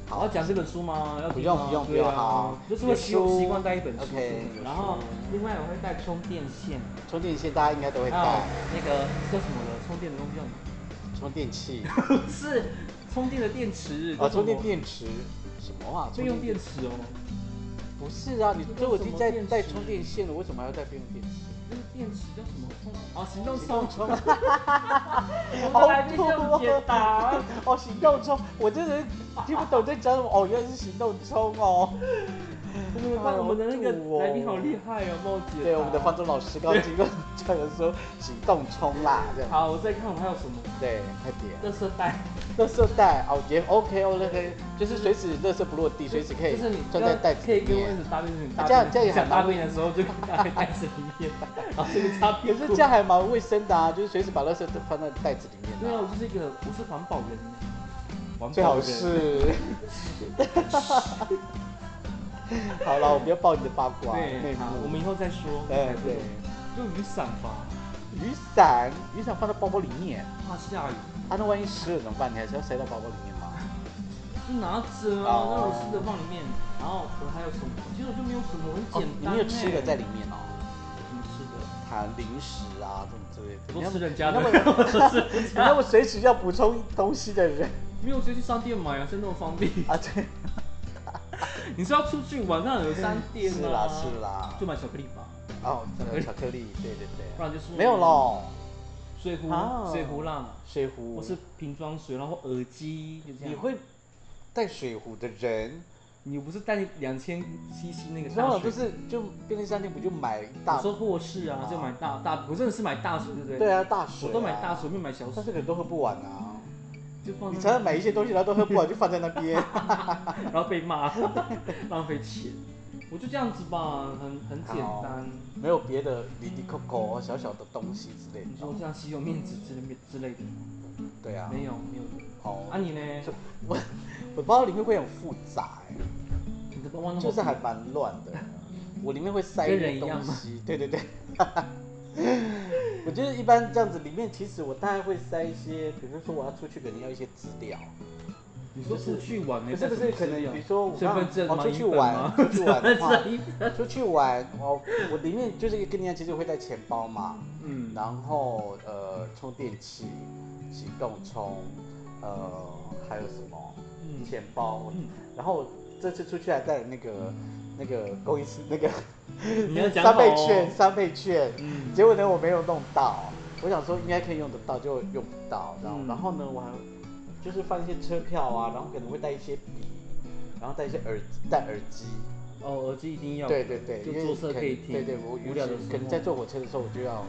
[SPEAKER 2] 我要
[SPEAKER 1] 好，
[SPEAKER 2] 讲这本书吗？要
[SPEAKER 1] 不
[SPEAKER 2] 读
[SPEAKER 1] 用
[SPEAKER 2] 吗
[SPEAKER 1] 不用不
[SPEAKER 2] 对
[SPEAKER 1] 用
[SPEAKER 2] 啊
[SPEAKER 1] 好
[SPEAKER 2] 就是
[SPEAKER 1] 有
[SPEAKER 2] 会习惯
[SPEAKER 1] 书
[SPEAKER 2] 习惯带一本书
[SPEAKER 1] OK，有
[SPEAKER 2] 然后
[SPEAKER 1] 书
[SPEAKER 2] 另外我会带充电线，
[SPEAKER 1] 充电线大家应该都会
[SPEAKER 2] 还有
[SPEAKER 1] 带，
[SPEAKER 2] 那个叫什么的充电的东西叫什么？
[SPEAKER 1] 充电 器，
[SPEAKER 2] 不是充电的电池
[SPEAKER 1] 啊，充电
[SPEAKER 2] 电
[SPEAKER 1] 电池，什么啊？充
[SPEAKER 2] 备用
[SPEAKER 1] 电
[SPEAKER 2] 电池哦，
[SPEAKER 1] 不是啊，你
[SPEAKER 2] 这个
[SPEAKER 1] 都已
[SPEAKER 2] 什
[SPEAKER 1] 经
[SPEAKER 2] 么
[SPEAKER 1] 在
[SPEAKER 2] 电
[SPEAKER 1] 带
[SPEAKER 2] 池
[SPEAKER 1] 充电线了，为什么还要带备用电池？
[SPEAKER 2] 那个电池叫什么充？哦，行动
[SPEAKER 1] 行
[SPEAKER 2] 充
[SPEAKER 1] 动。充，
[SPEAKER 2] 我本来就这样解答。
[SPEAKER 1] 啊 哦，行动充，我真的是听不懂在讲什么，哦，原来是行动充哦。
[SPEAKER 2] 我们的我们的那
[SPEAKER 1] 好酷哦
[SPEAKER 2] 个来宾好厉害哦，帮我解答。
[SPEAKER 1] 对，我们的方舟老师刚刚经过这样说，行动充啦，这样。
[SPEAKER 2] 好，我再看我们还有什么？
[SPEAKER 1] 对，快点。
[SPEAKER 2] 垃圾袋。
[SPEAKER 1] 垃圾袋哦，也 OK OK，就是随时垃圾不落地，随时可以
[SPEAKER 2] 就是你
[SPEAKER 1] 装在袋子
[SPEAKER 2] 可以
[SPEAKER 1] 里
[SPEAKER 2] 跟卫
[SPEAKER 1] 面
[SPEAKER 2] 生。纸搭配，就是你
[SPEAKER 1] 啊
[SPEAKER 2] 搭
[SPEAKER 1] 这样这样也
[SPEAKER 2] 配想
[SPEAKER 1] 还蛮
[SPEAKER 2] 搭配的时候就可以搭在袋子里面， 然后这个擦屁
[SPEAKER 1] 可
[SPEAKER 2] 股。
[SPEAKER 1] 是这样还蛮卫生的啊，就是随时把垃圾桶放在袋子里面
[SPEAKER 2] 对啊，
[SPEAKER 1] 啊
[SPEAKER 2] 我就是一个我是环保人呢，环
[SPEAKER 1] 最好是。 好了，我不要爆你的八卦内
[SPEAKER 2] 对，好，我
[SPEAKER 1] 幕。
[SPEAKER 2] 们以后再说。
[SPEAKER 1] 哎对，
[SPEAKER 2] 就雨伞吧，
[SPEAKER 1] 雨伞，雨伞放在包包里面，
[SPEAKER 2] 怕下雨，
[SPEAKER 1] 啊，那万一湿了怎么办？你还是要塞到包包里面吗？
[SPEAKER 2] 就拿着啊，
[SPEAKER 1] 哦
[SPEAKER 2] 那我吃的放里面。然后我还有什么？其实我就没有什么，很
[SPEAKER 1] 哦
[SPEAKER 2] 简，
[SPEAKER 1] 你
[SPEAKER 2] 单。欸
[SPEAKER 1] 没有吃的在里？面哦，
[SPEAKER 2] 什么吃的？
[SPEAKER 1] 含零食啊，这种之类的。
[SPEAKER 2] 我
[SPEAKER 1] 你那
[SPEAKER 2] 都吃
[SPEAKER 1] 么
[SPEAKER 2] 人
[SPEAKER 1] 你
[SPEAKER 2] 家
[SPEAKER 1] 那
[SPEAKER 2] 的，
[SPEAKER 1] 么
[SPEAKER 2] 我吃人
[SPEAKER 1] 你
[SPEAKER 2] 家
[SPEAKER 1] 那么随时要补充东西的人
[SPEAKER 2] 没有直接去商店买啊，现在那么方便。
[SPEAKER 1] 啊，对，
[SPEAKER 2] 你是要出去玩，那有商店
[SPEAKER 1] 是
[SPEAKER 2] 啊
[SPEAKER 1] 啦，是啦
[SPEAKER 2] 就，买巧克力吧，
[SPEAKER 1] 哦，这
[SPEAKER 2] 巧克
[SPEAKER 1] 个巧克
[SPEAKER 2] 力
[SPEAKER 1] 力，对对
[SPEAKER 2] 不
[SPEAKER 1] 对，
[SPEAKER 2] 然就是
[SPEAKER 1] 没有喽，
[SPEAKER 2] 水壶
[SPEAKER 1] 啊
[SPEAKER 2] 水壶啦，
[SPEAKER 1] 水壶，
[SPEAKER 2] 或是瓶装水，然后耳机就这样。
[SPEAKER 1] 你会带水壶的人，
[SPEAKER 2] 你不是带两千 CC 那个
[SPEAKER 1] 然
[SPEAKER 2] 大
[SPEAKER 1] 后
[SPEAKER 2] 水？
[SPEAKER 1] 不是就便利商店不就买一大
[SPEAKER 2] 我说货市啊，就买大大，我真的是买大水，对不对？
[SPEAKER 1] 对啊大水、
[SPEAKER 2] 我都买大，水，嗯没有买小
[SPEAKER 1] 但
[SPEAKER 2] 水
[SPEAKER 1] 是，人都喝不完啊。
[SPEAKER 2] 就放
[SPEAKER 1] 你
[SPEAKER 2] 在
[SPEAKER 1] 常常买一些东西，然后都喝不完，就放在那 边。
[SPEAKER 2] 那，然后被骂， 浪费钱。我就这样子吧，很很简单。
[SPEAKER 1] 没有别的零零扣扣小小的东西之类
[SPEAKER 2] 你
[SPEAKER 1] 的
[SPEAKER 2] 说。像吸油面纸之类之类的，
[SPEAKER 1] 对啊，
[SPEAKER 2] 没有没有。
[SPEAKER 1] 哦
[SPEAKER 2] 啊，你呢？
[SPEAKER 1] 我我包里面会很复杂、欸，
[SPEAKER 2] 你的包包那么
[SPEAKER 1] 就是还蛮乱的。我里面会塞一
[SPEAKER 2] 跟人
[SPEAKER 1] 堆
[SPEAKER 2] 一
[SPEAKER 1] 东
[SPEAKER 2] 样吗
[SPEAKER 1] 西，对对对。 我觉得一般这样子，里面其实我大概会塞一些，比如说我要出去，可能要一些资料。
[SPEAKER 2] 你说出去玩呢？
[SPEAKER 1] 不是不是，可能比如说我
[SPEAKER 2] 啊身份证
[SPEAKER 1] 哦
[SPEAKER 2] 吗？
[SPEAKER 1] 出去玩，出去玩的
[SPEAKER 2] 身
[SPEAKER 1] 话
[SPEAKER 2] 份，证。
[SPEAKER 1] 出去玩，哦，我里面就是跟你一样，其实我会带钱包嘛，
[SPEAKER 2] 嗯，
[SPEAKER 1] 然后呃，充电器、行动充，呃，还有什么
[SPEAKER 2] 嗯
[SPEAKER 1] 钱包，
[SPEAKER 2] 嗯
[SPEAKER 1] 然后这次出去还带了那个那个公益吃那个
[SPEAKER 2] 你要讲好
[SPEAKER 1] 三倍
[SPEAKER 2] 哦
[SPEAKER 1] 券，三倍券，
[SPEAKER 2] 嗯，
[SPEAKER 1] 结果呢我没有弄到，我想说应该可以用得到，就用不到，然后、
[SPEAKER 2] 嗯
[SPEAKER 1] 然后呢我还就是放一些车票啊，然后可能会带一些笔，然后带一些耳带耳机，
[SPEAKER 2] 哦，耳机一定要，
[SPEAKER 1] 对，对对，
[SPEAKER 2] 就
[SPEAKER 1] 因为
[SPEAKER 2] 坐车可以
[SPEAKER 1] 对
[SPEAKER 2] 听
[SPEAKER 1] 对，我
[SPEAKER 2] 无聊的时候嗯
[SPEAKER 1] 可能在坐火车的时候我就要。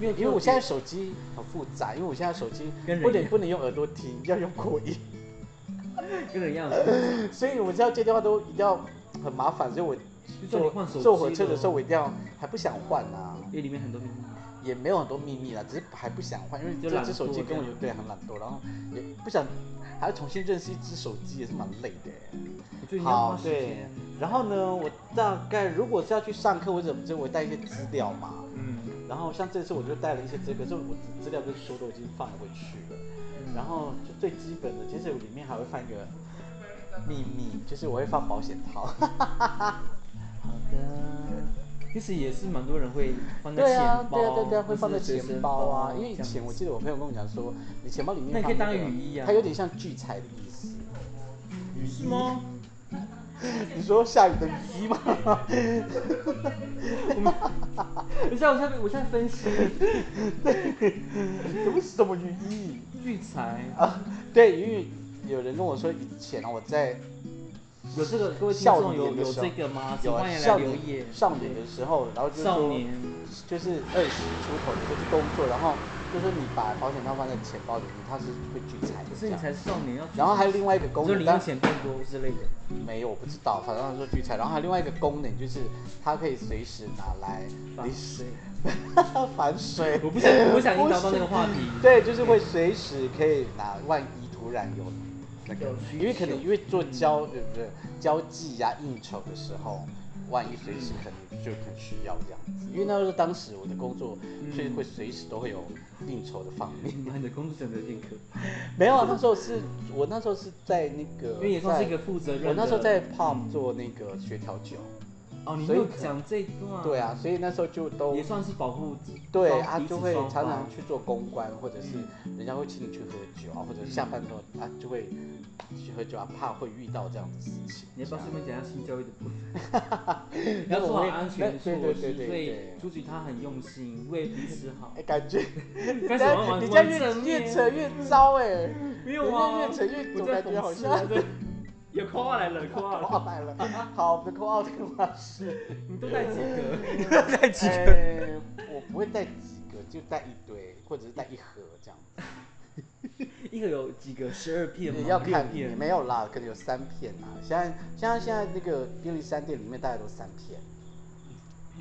[SPEAKER 2] 没有
[SPEAKER 1] 因为我
[SPEAKER 2] 特别
[SPEAKER 1] 现在手机很复杂，因为我现在手机
[SPEAKER 2] 跟人
[SPEAKER 1] 不能
[SPEAKER 2] 一样
[SPEAKER 1] 不能用耳朵听，要用扩音，
[SPEAKER 2] 跟人一 样，就
[SPEAKER 1] 所以我现在接电话都一定要很麻烦，所以我
[SPEAKER 2] 叫你
[SPEAKER 1] 坐
[SPEAKER 2] 换手机，
[SPEAKER 1] 坐火车的时候，我一定要还不想换啊，
[SPEAKER 2] 因为里面很多秘密，
[SPEAKER 1] 也没有很多秘密啦，只是还不想换，因为
[SPEAKER 2] 就
[SPEAKER 1] 这
[SPEAKER 2] 懒
[SPEAKER 1] 只
[SPEAKER 2] 惰
[SPEAKER 1] 手机跟我有
[SPEAKER 2] 这样
[SPEAKER 1] 对很懒惰，然后也不想还要重新认识一只手机，也是蛮累的欸。
[SPEAKER 2] 我觉得你要
[SPEAKER 1] 好
[SPEAKER 2] 花，时
[SPEAKER 1] 对
[SPEAKER 2] 间，。
[SPEAKER 1] 然后呢，我大概如果是要去上课，我怎么就我带一些资料嘛，
[SPEAKER 2] 嗯，
[SPEAKER 1] 然后像这次我就带了一些这个，可是我资料跟书都已经放回去了。
[SPEAKER 2] 嗯
[SPEAKER 1] 然后就最基本的，其实我里面还会放一个秘密，就是我会放保险 套。
[SPEAKER 2] 好的，其实也是蛮多人会放在
[SPEAKER 1] 对
[SPEAKER 2] 钱
[SPEAKER 1] 啊，
[SPEAKER 2] 包，
[SPEAKER 1] 对啊，对啊对啊，
[SPEAKER 2] 或
[SPEAKER 1] 会
[SPEAKER 2] 是
[SPEAKER 1] 放在
[SPEAKER 2] 随
[SPEAKER 1] 钱
[SPEAKER 2] 身
[SPEAKER 1] 包啊。
[SPEAKER 2] 包
[SPEAKER 1] 因为以
[SPEAKER 2] 这样
[SPEAKER 1] 前我
[SPEAKER 2] 子
[SPEAKER 1] 记得我朋友跟我讲说，你钱包里面
[SPEAKER 2] 那你可以
[SPEAKER 1] 放
[SPEAKER 2] 当
[SPEAKER 1] 那个
[SPEAKER 2] 雨衣啊
[SPEAKER 1] 它有点像聚财的意思。
[SPEAKER 2] 是吗？
[SPEAKER 1] 你说下雨的滴吗？
[SPEAKER 2] 你像我现在我现在分析
[SPEAKER 1] 怎么是这么寓意？
[SPEAKER 2] 育才
[SPEAKER 1] 对，因为有人跟我说以前啊，我在
[SPEAKER 2] 有这个各位听
[SPEAKER 1] 少
[SPEAKER 2] 众有
[SPEAKER 1] 年的
[SPEAKER 2] 有
[SPEAKER 1] 时候
[SPEAKER 2] 这个吗？啊请
[SPEAKER 1] 有啊
[SPEAKER 2] 欢迎来
[SPEAKER 1] 少
[SPEAKER 2] 留
[SPEAKER 1] 年
[SPEAKER 2] 言。
[SPEAKER 1] 少年的时候，然后就
[SPEAKER 2] 少
[SPEAKER 1] 说
[SPEAKER 2] 年，
[SPEAKER 1] 就是二十出头你就去工作，然后就说你把保险套放在钱包里面，它是会聚财的
[SPEAKER 2] 可
[SPEAKER 1] 这
[SPEAKER 2] 是你
[SPEAKER 1] 样。
[SPEAKER 2] 才少年要，
[SPEAKER 1] 然后还有另外一个功
[SPEAKER 2] 就
[SPEAKER 1] 能，
[SPEAKER 2] 零
[SPEAKER 1] 但
[SPEAKER 2] 用钱更多之类的。
[SPEAKER 1] 没有，我不知道，反正他说聚财。然后还有另外一个功能就是，它可以随时拿来
[SPEAKER 2] 反
[SPEAKER 1] 你
[SPEAKER 2] 水，
[SPEAKER 1] 反水。
[SPEAKER 2] 我不想我不想引导到那个话题。
[SPEAKER 1] 对，就是会随时可以拿，万一突然有那个
[SPEAKER 2] 有，需
[SPEAKER 1] 因为可能
[SPEAKER 2] 求
[SPEAKER 1] 因为做交呃不是交际呀、应酬的时候，万一随时可能就很需要这样子。因为那时候当时我的工作，
[SPEAKER 2] 嗯
[SPEAKER 1] 所以会随时都会有应酬的方面。
[SPEAKER 2] 把你的工作讲的有点可怕，
[SPEAKER 1] 没有啊，那时候是我那时候是在那个，
[SPEAKER 2] 因为也算是一
[SPEAKER 1] 在
[SPEAKER 2] 个负责任的。
[SPEAKER 1] 我那时候在 pub 做那个学调酒，
[SPEAKER 2] 哦，你
[SPEAKER 1] 所以
[SPEAKER 2] 没有
[SPEAKER 1] 可
[SPEAKER 2] 讲这一段。
[SPEAKER 1] 对啊，所以那时候就都
[SPEAKER 2] 也算是保护自
[SPEAKER 1] 对，
[SPEAKER 2] 双
[SPEAKER 1] 他
[SPEAKER 2] 彼
[SPEAKER 1] 就
[SPEAKER 2] 此
[SPEAKER 1] 会
[SPEAKER 2] 双
[SPEAKER 1] 常
[SPEAKER 2] 方啊嗯
[SPEAKER 1] 常去做公关，或者是人家会请你去喝酒啊，或者下班之后啊就会去喝酒啊，怕会遇到这样的事情。
[SPEAKER 2] 你要不要顺便讲一下性教育的部分？ 你
[SPEAKER 1] 那
[SPEAKER 2] 要
[SPEAKER 1] 我
[SPEAKER 2] 做好
[SPEAKER 1] 会
[SPEAKER 2] 安全措
[SPEAKER 1] 那
[SPEAKER 2] 施，
[SPEAKER 1] 对对对对
[SPEAKER 2] 所以
[SPEAKER 1] 对
[SPEAKER 2] 朱菊她很用心，为彼此好
[SPEAKER 1] 哎、。感觉
[SPEAKER 2] 开
[SPEAKER 1] 你
[SPEAKER 2] 始
[SPEAKER 1] 家
[SPEAKER 2] 玩玩
[SPEAKER 1] 你家
[SPEAKER 2] 玩
[SPEAKER 1] 越
[SPEAKER 2] 正
[SPEAKER 1] 越
[SPEAKER 2] 面
[SPEAKER 1] 扯越糟哎、
[SPEAKER 2] 没
[SPEAKER 1] 人
[SPEAKER 2] 有
[SPEAKER 1] 家
[SPEAKER 2] 啊，
[SPEAKER 1] 越扯越
[SPEAKER 2] 我
[SPEAKER 1] 总
[SPEAKER 2] 在
[SPEAKER 1] 感觉
[SPEAKER 2] 讽
[SPEAKER 1] 好
[SPEAKER 2] 刺啊
[SPEAKER 1] 像，
[SPEAKER 2] 对，有 call out 来了，call out
[SPEAKER 1] 奥来了。 好，我们的 call out 电话是，
[SPEAKER 2] 你都带几 个？你都带几
[SPEAKER 1] 哎、
[SPEAKER 2] 个？
[SPEAKER 1] 我不会带几个，就带一堆，或者是带一盒这样子。
[SPEAKER 2] 一个有几个？十二片吗？
[SPEAKER 1] 你要看
[SPEAKER 2] 六
[SPEAKER 1] 你
[SPEAKER 2] 片。
[SPEAKER 1] 没有啦，可能有三片啊。现在现在现在那个便利商店里面大概都三片。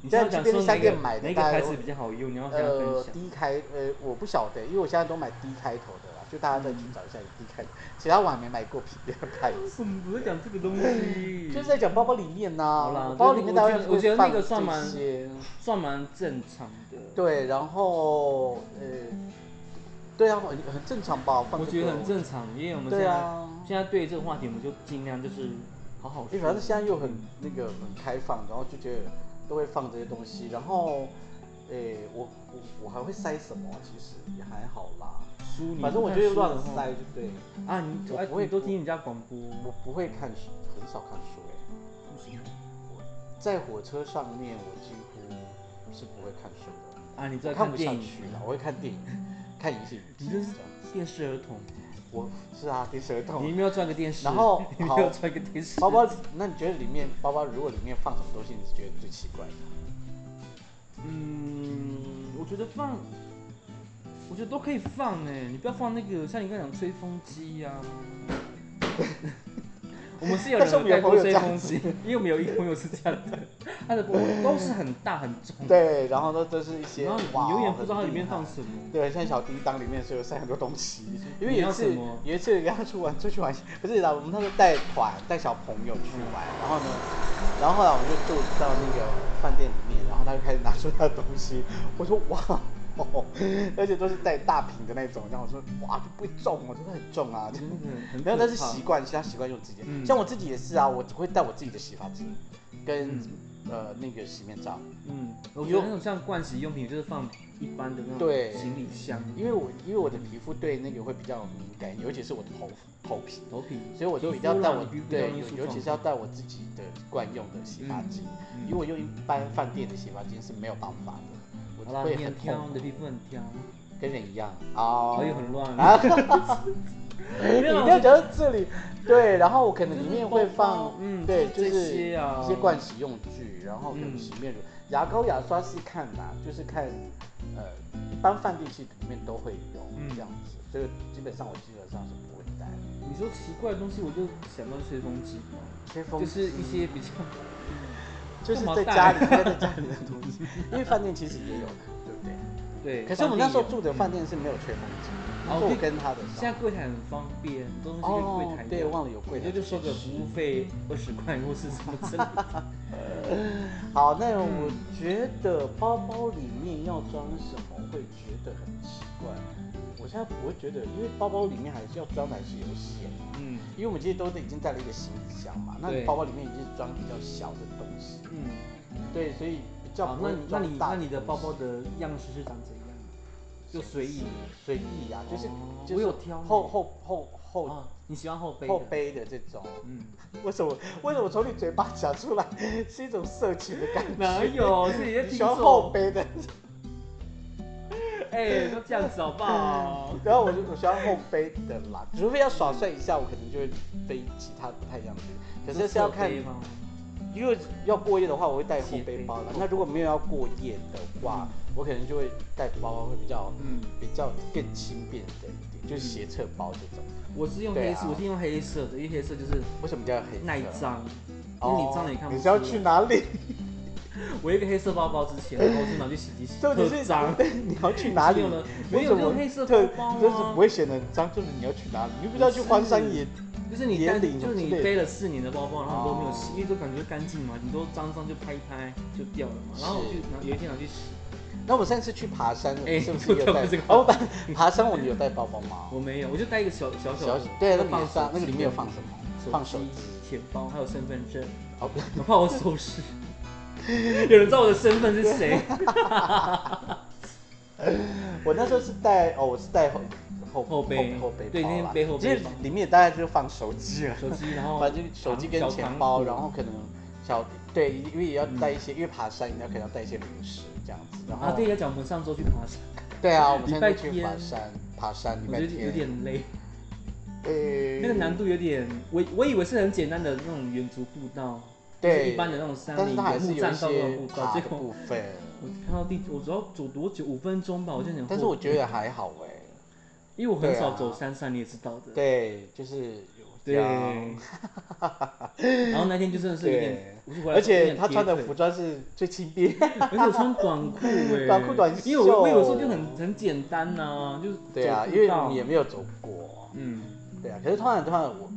[SPEAKER 2] 你是要讲
[SPEAKER 1] 在便利
[SPEAKER 2] 说哪
[SPEAKER 1] 商
[SPEAKER 2] 个
[SPEAKER 1] 店买的
[SPEAKER 2] 哪个
[SPEAKER 1] 大家
[SPEAKER 2] 牌
[SPEAKER 1] 都
[SPEAKER 2] 子比较好用？你要跟他分
[SPEAKER 1] 呃
[SPEAKER 2] 享。
[SPEAKER 1] ，D 开呃，我不晓得，因为我现在都买 D 开头的啦，就大家再去
[SPEAKER 2] 嗯
[SPEAKER 1] 找一下有 D 开头，其他我还没买过别的牌 子。
[SPEAKER 2] 我们不是讲这个东 西，
[SPEAKER 1] 就是在讲包包里面呐、
[SPEAKER 2] 好啦
[SPEAKER 1] 我包里面大概
[SPEAKER 2] 我觉得我觉得那个算蛮
[SPEAKER 1] 些，
[SPEAKER 2] 算蛮正常的。
[SPEAKER 1] 对，然后呃，对啊，很很正常吧，放
[SPEAKER 2] 我
[SPEAKER 1] 这
[SPEAKER 2] 觉得
[SPEAKER 1] 个
[SPEAKER 2] 很正常，因为我们现
[SPEAKER 1] 对
[SPEAKER 2] 在、
[SPEAKER 1] 啊，
[SPEAKER 2] 现在对这个话题，我们就尽量就是好好
[SPEAKER 1] 因为
[SPEAKER 2] 说。
[SPEAKER 1] 反正现在又很那个很开放，然后就觉得都会放这些东西，然后诶、我我我还会塞什么，其实也还好啦，
[SPEAKER 2] 书你
[SPEAKER 1] 反正我
[SPEAKER 2] 看
[SPEAKER 1] 就
[SPEAKER 2] 书
[SPEAKER 1] 乱
[SPEAKER 2] 的话
[SPEAKER 1] 塞就对了。
[SPEAKER 2] 啊，你
[SPEAKER 1] 我
[SPEAKER 2] 哎
[SPEAKER 1] 不会
[SPEAKER 2] 你都听人家广播，
[SPEAKER 1] 我不会看书，很少看书诶。在火车上面，我几乎是不会看书的。
[SPEAKER 2] 啊，你
[SPEAKER 1] 我
[SPEAKER 2] 在
[SPEAKER 1] 看
[SPEAKER 2] 看
[SPEAKER 1] 不下
[SPEAKER 2] 电影，
[SPEAKER 1] 去了，我会看电 影，看影视影集
[SPEAKER 2] 你
[SPEAKER 1] 这
[SPEAKER 2] 真
[SPEAKER 1] 样
[SPEAKER 2] 是
[SPEAKER 1] 子。
[SPEAKER 2] 电视儿童，
[SPEAKER 1] 我是啊，第舌
[SPEAKER 2] 你
[SPEAKER 1] 头。
[SPEAKER 2] 没有装个电视，
[SPEAKER 1] 然后
[SPEAKER 2] 你没有装个电视，
[SPEAKER 1] 包包，那你觉得里面包包如果里面放什么东西，你是觉得最奇怪的？
[SPEAKER 2] 嗯，我觉得放，我觉得都可以放哎、你不要放那个，像你刚讲吹风 机呀、我们是有
[SPEAKER 1] 但
[SPEAKER 2] 人
[SPEAKER 1] 是我们
[SPEAKER 2] 有
[SPEAKER 1] 有
[SPEAKER 2] 带过
[SPEAKER 1] 朋
[SPEAKER 2] 吹
[SPEAKER 1] 友
[SPEAKER 2] 风机，因为我们有一个朋友是这样的，他的都是很大很重，
[SPEAKER 1] 对，然后呢，都是一些
[SPEAKER 2] 然
[SPEAKER 1] 哇
[SPEAKER 2] 后你永远不知道它里面。
[SPEAKER 1] 很
[SPEAKER 2] 放
[SPEAKER 1] 厉害
[SPEAKER 2] 什么。
[SPEAKER 1] 对，像小叮当里面是有塞很多东西，因为
[SPEAKER 2] 你
[SPEAKER 1] 有
[SPEAKER 2] 要
[SPEAKER 1] 一
[SPEAKER 2] 什
[SPEAKER 1] 次
[SPEAKER 2] 么
[SPEAKER 1] 有一次跟他出玩出去玩， 不是啦，我们那时候带团带小朋友去玩，
[SPEAKER 2] 嗯
[SPEAKER 1] 然后呢，然后后来我们就住到那个饭店里面，然后他就开始拿出他的东西，我说哇。 哦，而且都是带大瓶的那种，然后我说哇就不会重哦，真的很重啊
[SPEAKER 2] 我，觉得那个很
[SPEAKER 1] 没有，
[SPEAKER 2] 可
[SPEAKER 1] 但是
[SPEAKER 2] 怕
[SPEAKER 1] 习惯，其他习惯用自己的。
[SPEAKER 2] 嗯
[SPEAKER 1] 像我自己也是啊，我只会带我自己的洗发精，跟、
[SPEAKER 2] 嗯
[SPEAKER 1] 呃那个洗面皂，
[SPEAKER 2] 嗯，我觉得那种像盥洗用品就是放一般的那
[SPEAKER 1] 对
[SPEAKER 2] 种行李箱、
[SPEAKER 1] 因为我因为我的皮肤对那个会比较敏感，尤其是我的头头皮，
[SPEAKER 2] 头皮，
[SPEAKER 1] 所以我就一定要带我对，尤尤其是要带我自己的惯用的洗发精，
[SPEAKER 2] 嗯
[SPEAKER 1] 因为我用一般饭店的洗发精是没有办法的，
[SPEAKER 2] 好
[SPEAKER 1] 我
[SPEAKER 2] 啦，
[SPEAKER 1] 会
[SPEAKER 2] 你
[SPEAKER 1] 很
[SPEAKER 2] 很挑，
[SPEAKER 1] 痛
[SPEAKER 2] 你
[SPEAKER 1] 苦
[SPEAKER 2] 的，皮肤很挑，
[SPEAKER 1] 跟人一样哦
[SPEAKER 2] 头又。很乱
[SPEAKER 1] 啊，
[SPEAKER 2] 没
[SPEAKER 1] 你
[SPEAKER 2] 有啦
[SPEAKER 1] 就
[SPEAKER 2] 我觉
[SPEAKER 1] 讲
[SPEAKER 2] 得
[SPEAKER 1] 到这里，对，然后我可能里面会
[SPEAKER 2] 包
[SPEAKER 1] 放
[SPEAKER 2] 包，嗯，
[SPEAKER 1] 对，就
[SPEAKER 2] 这
[SPEAKER 1] 是
[SPEAKER 2] 些啊，
[SPEAKER 1] 一些盥洗用具，然后可能
[SPEAKER 2] 嗯
[SPEAKER 1] 洗面乳、牙膏、牙刷是看啦，就是看，呃，一般饭店其实里面都会有
[SPEAKER 2] 嗯
[SPEAKER 1] 这样子，所以基本上我基本上是不会带
[SPEAKER 2] 你说奇怪的东西，我就想到吹风机，
[SPEAKER 1] 吹风
[SPEAKER 2] 就
[SPEAKER 1] 机，
[SPEAKER 2] 是一些比较
[SPEAKER 1] 就是
[SPEAKER 2] 干
[SPEAKER 1] 在
[SPEAKER 2] 嘛
[SPEAKER 1] 家里在家里的东西，因为饭店其实也有，对不对？
[SPEAKER 2] 对。
[SPEAKER 1] 可是我们那时候住的
[SPEAKER 2] 饭
[SPEAKER 1] 饭
[SPEAKER 2] 嗯
[SPEAKER 1] 店是没有吹风机，
[SPEAKER 2] 哦
[SPEAKER 1] 那是我
[SPEAKER 2] 对
[SPEAKER 1] 跟他的
[SPEAKER 2] 店有，
[SPEAKER 1] 时候。
[SPEAKER 2] 现在柜台很方便，都是跟柜
[SPEAKER 1] 哦
[SPEAKER 2] 台，
[SPEAKER 1] 对，
[SPEAKER 2] 要
[SPEAKER 1] 忘了有柜台
[SPEAKER 2] 你就收个服务费二十块或是什么之类的。
[SPEAKER 1] 好，那我觉得包包里面要装什么会觉得很奇怪。我现在不会觉得，因为包包里面还是要装的还是有限，
[SPEAKER 2] 嗯
[SPEAKER 1] 因为我们今天都已经带了一个行李箱嘛，那
[SPEAKER 2] 对
[SPEAKER 1] 你包包里面已经装比较小的东西，
[SPEAKER 2] 嗯，
[SPEAKER 1] 对，所以比较
[SPEAKER 2] 好，
[SPEAKER 1] 不会
[SPEAKER 2] 那啊你那
[SPEAKER 1] 装
[SPEAKER 2] 你
[SPEAKER 1] 大
[SPEAKER 2] 那你的包
[SPEAKER 1] 东
[SPEAKER 2] 包
[SPEAKER 1] 西
[SPEAKER 2] 的样式是长怎样？就随意。
[SPEAKER 1] 随意呀、就是、
[SPEAKER 2] 哦
[SPEAKER 1] 就是
[SPEAKER 2] 我有挑呢
[SPEAKER 1] 后后后后、
[SPEAKER 2] 哦，你喜欢后背的
[SPEAKER 1] 后，背的这种。
[SPEAKER 2] 嗯，
[SPEAKER 1] 为什么为什么从你嘴巴讲出来是一种色情的感觉？
[SPEAKER 2] 哪 有自己在
[SPEAKER 1] 你
[SPEAKER 2] 听
[SPEAKER 1] 喜欢
[SPEAKER 2] 众
[SPEAKER 1] 后？背的，
[SPEAKER 2] 哎，都这样子好 不好？
[SPEAKER 1] 然后我就我喜欢后背的啦，除非要耍帅一下，我可能就会背其他不太一样的。可是是要看
[SPEAKER 2] 你说侧背吗
[SPEAKER 1] 如果要过夜的话，我会带后
[SPEAKER 2] 斜
[SPEAKER 1] 背
[SPEAKER 2] 背
[SPEAKER 1] 包啦。那如果没有要过夜的话，我可能就会带包包会比较
[SPEAKER 2] 嗯，
[SPEAKER 1] 比较更轻便的一点，就是斜侧包这种。
[SPEAKER 2] 我是用
[SPEAKER 1] 对
[SPEAKER 2] 黑
[SPEAKER 1] 啊
[SPEAKER 2] 色，我是用黑色的，因为黑色就是
[SPEAKER 1] 为什么叫黑色？
[SPEAKER 2] 耐脏，因为
[SPEAKER 1] 哦
[SPEAKER 2] 你脏了也看不
[SPEAKER 1] 你
[SPEAKER 2] 出
[SPEAKER 1] 是
[SPEAKER 2] 来。
[SPEAKER 1] 要去哪里？
[SPEAKER 2] 我有一个黑色包包，之前我是拿去洗衣机洗，
[SPEAKER 1] 重点
[SPEAKER 2] 特
[SPEAKER 1] 是
[SPEAKER 2] 脏。
[SPEAKER 1] 你要去哪里
[SPEAKER 2] 有？了，我
[SPEAKER 1] 为
[SPEAKER 2] 有
[SPEAKER 1] 什
[SPEAKER 2] 这
[SPEAKER 1] 么
[SPEAKER 2] 种黑色包
[SPEAKER 1] 特
[SPEAKER 2] 包
[SPEAKER 1] 就是不
[SPEAKER 2] 啊，
[SPEAKER 1] 会显得很脏，就是你要去哪里？你不知道去荒山野
[SPEAKER 2] 就是你
[SPEAKER 1] 野
[SPEAKER 2] 带，
[SPEAKER 1] 领
[SPEAKER 2] 就是
[SPEAKER 1] 哦之
[SPEAKER 2] 你
[SPEAKER 1] 类的
[SPEAKER 2] 背了四年的包包，然后你都没有洗
[SPEAKER 1] 哦，
[SPEAKER 2] 因为都感觉干净嘛，你都脏脏就拍一拍就掉了嘛，然后我
[SPEAKER 1] 是
[SPEAKER 2] 就拿有一天拿去洗，
[SPEAKER 1] 那我上次去爬山，
[SPEAKER 2] 哎
[SPEAKER 1] 你是不是有
[SPEAKER 2] 我看
[SPEAKER 1] 带
[SPEAKER 2] 过这个？
[SPEAKER 1] 哦，我把爬山我们有带包包吗？
[SPEAKER 2] 我没有，我就带一个小小
[SPEAKER 1] 小
[SPEAKER 2] 小的，
[SPEAKER 1] 对，那
[SPEAKER 2] 然
[SPEAKER 1] 里
[SPEAKER 2] 后
[SPEAKER 1] 面放
[SPEAKER 2] 手
[SPEAKER 1] 那个里
[SPEAKER 2] 机
[SPEAKER 1] 面有放什么？放手
[SPEAKER 2] 机
[SPEAKER 1] 机。、
[SPEAKER 2] 钱包还有身份证，
[SPEAKER 1] 哦，
[SPEAKER 2] 我怕我手失。 有人知道我的身份是谁？
[SPEAKER 1] 我那时候是带哦，我是带后后
[SPEAKER 2] 后背
[SPEAKER 1] 后背
[SPEAKER 2] 对
[SPEAKER 1] 包
[SPEAKER 2] 那
[SPEAKER 1] 啦
[SPEAKER 2] 背后
[SPEAKER 1] 其实
[SPEAKER 2] 背包
[SPEAKER 1] 里面大概就放手机了，
[SPEAKER 2] 手机，然后
[SPEAKER 1] 反正手机跟
[SPEAKER 2] 小
[SPEAKER 1] 钱
[SPEAKER 2] 糖
[SPEAKER 1] 包，
[SPEAKER 2] 果嗯
[SPEAKER 1] 然后可能小对，因为也要带一些，因为爬山你要可能要带一些零食这样子，然后
[SPEAKER 2] 啊，对，要讲我们上周去爬山，
[SPEAKER 1] 对啊，我们
[SPEAKER 2] 礼
[SPEAKER 1] 现在
[SPEAKER 2] 拜
[SPEAKER 1] 就去爬
[SPEAKER 2] 天
[SPEAKER 1] 山，爬山礼
[SPEAKER 2] 我
[SPEAKER 1] 拜
[SPEAKER 2] 觉得有
[SPEAKER 1] 天，
[SPEAKER 2] 点累，
[SPEAKER 1] 呃
[SPEAKER 2] 那个难度有点，我我以为是很简单的那种远足步道，就是
[SPEAKER 1] 对
[SPEAKER 2] 一般的那种山
[SPEAKER 1] 但是
[SPEAKER 2] 林
[SPEAKER 1] 它还
[SPEAKER 2] 游
[SPEAKER 1] 是
[SPEAKER 2] 牧
[SPEAKER 1] 有一
[SPEAKER 2] 栈道那
[SPEAKER 1] 些
[SPEAKER 2] 种步道，
[SPEAKER 1] 爬
[SPEAKER 2] 结
[SPEAKER 1] 的
[SPEAKER 2] 果
[SPEAKER 1] 部分，
[SPEAKER 2] 我看到第，我只要走多久，五分钟吧，我就想，
[SPEAKER 1] 但是我觉得还好 哎，
[SPEAKER 2] 因为我很
[SPEAKER 1] 对啊
[SPEAKER 2] 少走山上，你也知道的，
[SPEAKER 1] 对，就是有
[SPEAKER 2] 对，
[SPEAKER 1] 样，
[SPEAKER 2] 然后那天就真的是有点
[SPEAKER 1] 对，
[SPEAKER 2] 我就回来
[SPEAKER 1] 而且
[SPEAKER 2] 有点
[SPEAKER 1] 他穿的
[SPEAKER 2] 跌
[SPEAKER 1] 服
[SPEAKER 2] 腿，
[SPEAKER 1] 装是最轻便，
[SPEAKER 2] 而且我穿短 裤哎，
[SPEAKER 1] 短裤短袖
[SPEAKER 2] 因为我我有时候就很很简单呐，就是
[SPEAKER 1] 对啊，
[SPEAKER 2] 走
[SPEAKER 1] 因
[SPEAKER 2] 步
[SPEAKER 1] 为
[SPEAKER 2] 道
[SPEAKER 1] 你也没有走过，
[SPEAKER 2] 嗯，
[SPEAKER 1] 对啊，可是突然突然我，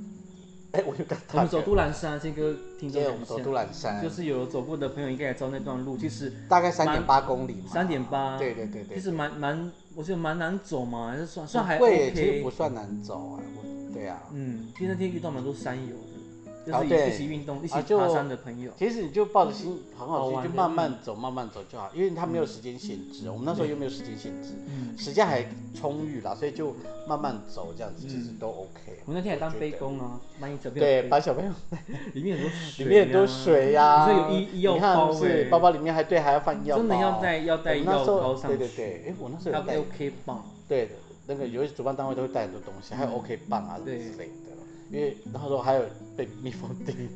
[SPEAKER 1] 哎，我就跟
[SPEAKER 2] 我
[SPEAKER 1] 他
[SPEAKER 2] 们走都兰山，先跟听众
[SPEAKER 1] 对，我啊
[SPEAKER 2] 讲
[SPEAKER 1] 们
[SPEAKER 2] 一
[SPEAKER 1] 走
[SPEAKER 2] 下
[SPEAKER 1] 都。兰山，
[SPEAKER 2] 就是有走过的朋友应该也知道那段路，其实
[SPEAKER 1] 大概三点八公里嘛，
[SPEAKER 2] 3.8
[SPEAKER 1] 对对对对，
[SPEAKER 2] 其实蛮蛮，我觉得蛮难走嘛，还是算算还
[SPEAKER 1] 不会其实
[SPEAKER 2] OK
[SPEAKER 1] 不。算难走啊，我对啊，
[SPEAKER 2] 嗯，因为那天遇到蛮多山友的，
[SPEAKER 1] 啊
[SPEAKER 2] 就是
[SPEAKER 1] 对
[SPEAKER 2] 一一起运动、一起
[SPEAKER 1] 啊就
[SPEAKER 2] 爬山的朋友。
[SPEAKER 1] 其实你就抱着心很好
[SPEAKER 2] 好
[SPEAKER 1] 心，
[SPEAKER 2] 玩
[SPEAKER 1] 就
[SPEAKER 2] 的嗯
[SPEAKER 1] 慢慢走，慢慢走就好，因为它没有时间限制，我们那时候又没有时间限制，
[SPEAKER 2] 嗯，
[SPEAKER 1] 时间还充裕啦，所以就慢慢走这样子，
[SPEAKER 2] 嗯
[SPEAKER 1] 其实都 OK。啊
[SPEAKER 2] 我那天还当
[SPEAKER 1] 觉
[SPEAKER 2] 背
[SPEAKER 1] 得，
[SPEAKER 2] 工啊，搬一整片
[SPEAKER 1] 对，
[SPEAKER 2] 背
[SPEAKER 1] 把小朋友
[SPEAKER 2] 里面很多水、
[SPEAKER 1] 里
[SPEAKER 2] 啊，
[SPEAKER 1] 面很多水呀，
[SPEAKER 2] 你说有医医药
[SPEAKER 1] 你看
[SPEAKER 2] 包
[SPEAKER 1] 是
[SPEAKER 2] 欸
[SPEAKER 1] 包包里面还对还要放药包，
[SPEAKER 2] 真的要带要带
[SPEAKER 1] 我那
[SPEAKER 2] 药
[SPEAKER 1] 时候
[SPEAKER 2] 包上去，
[SPEAKER 1] 对对对，哎，我那时候
[SPEAKER 2] 还
[SPEAKER 1] 有
[SPEAKER 2] 有
[SPEAKER 1] 带
[SPEAKER 2] OK 棒，
[SPEAKER 1] 对的，那个有些主办单位都会带很多东西，还有 OK 棒啊之
[SPEAKER 2] 对
[SPEAKER 1] 类的。因为那时候还有被蜜蜂叮，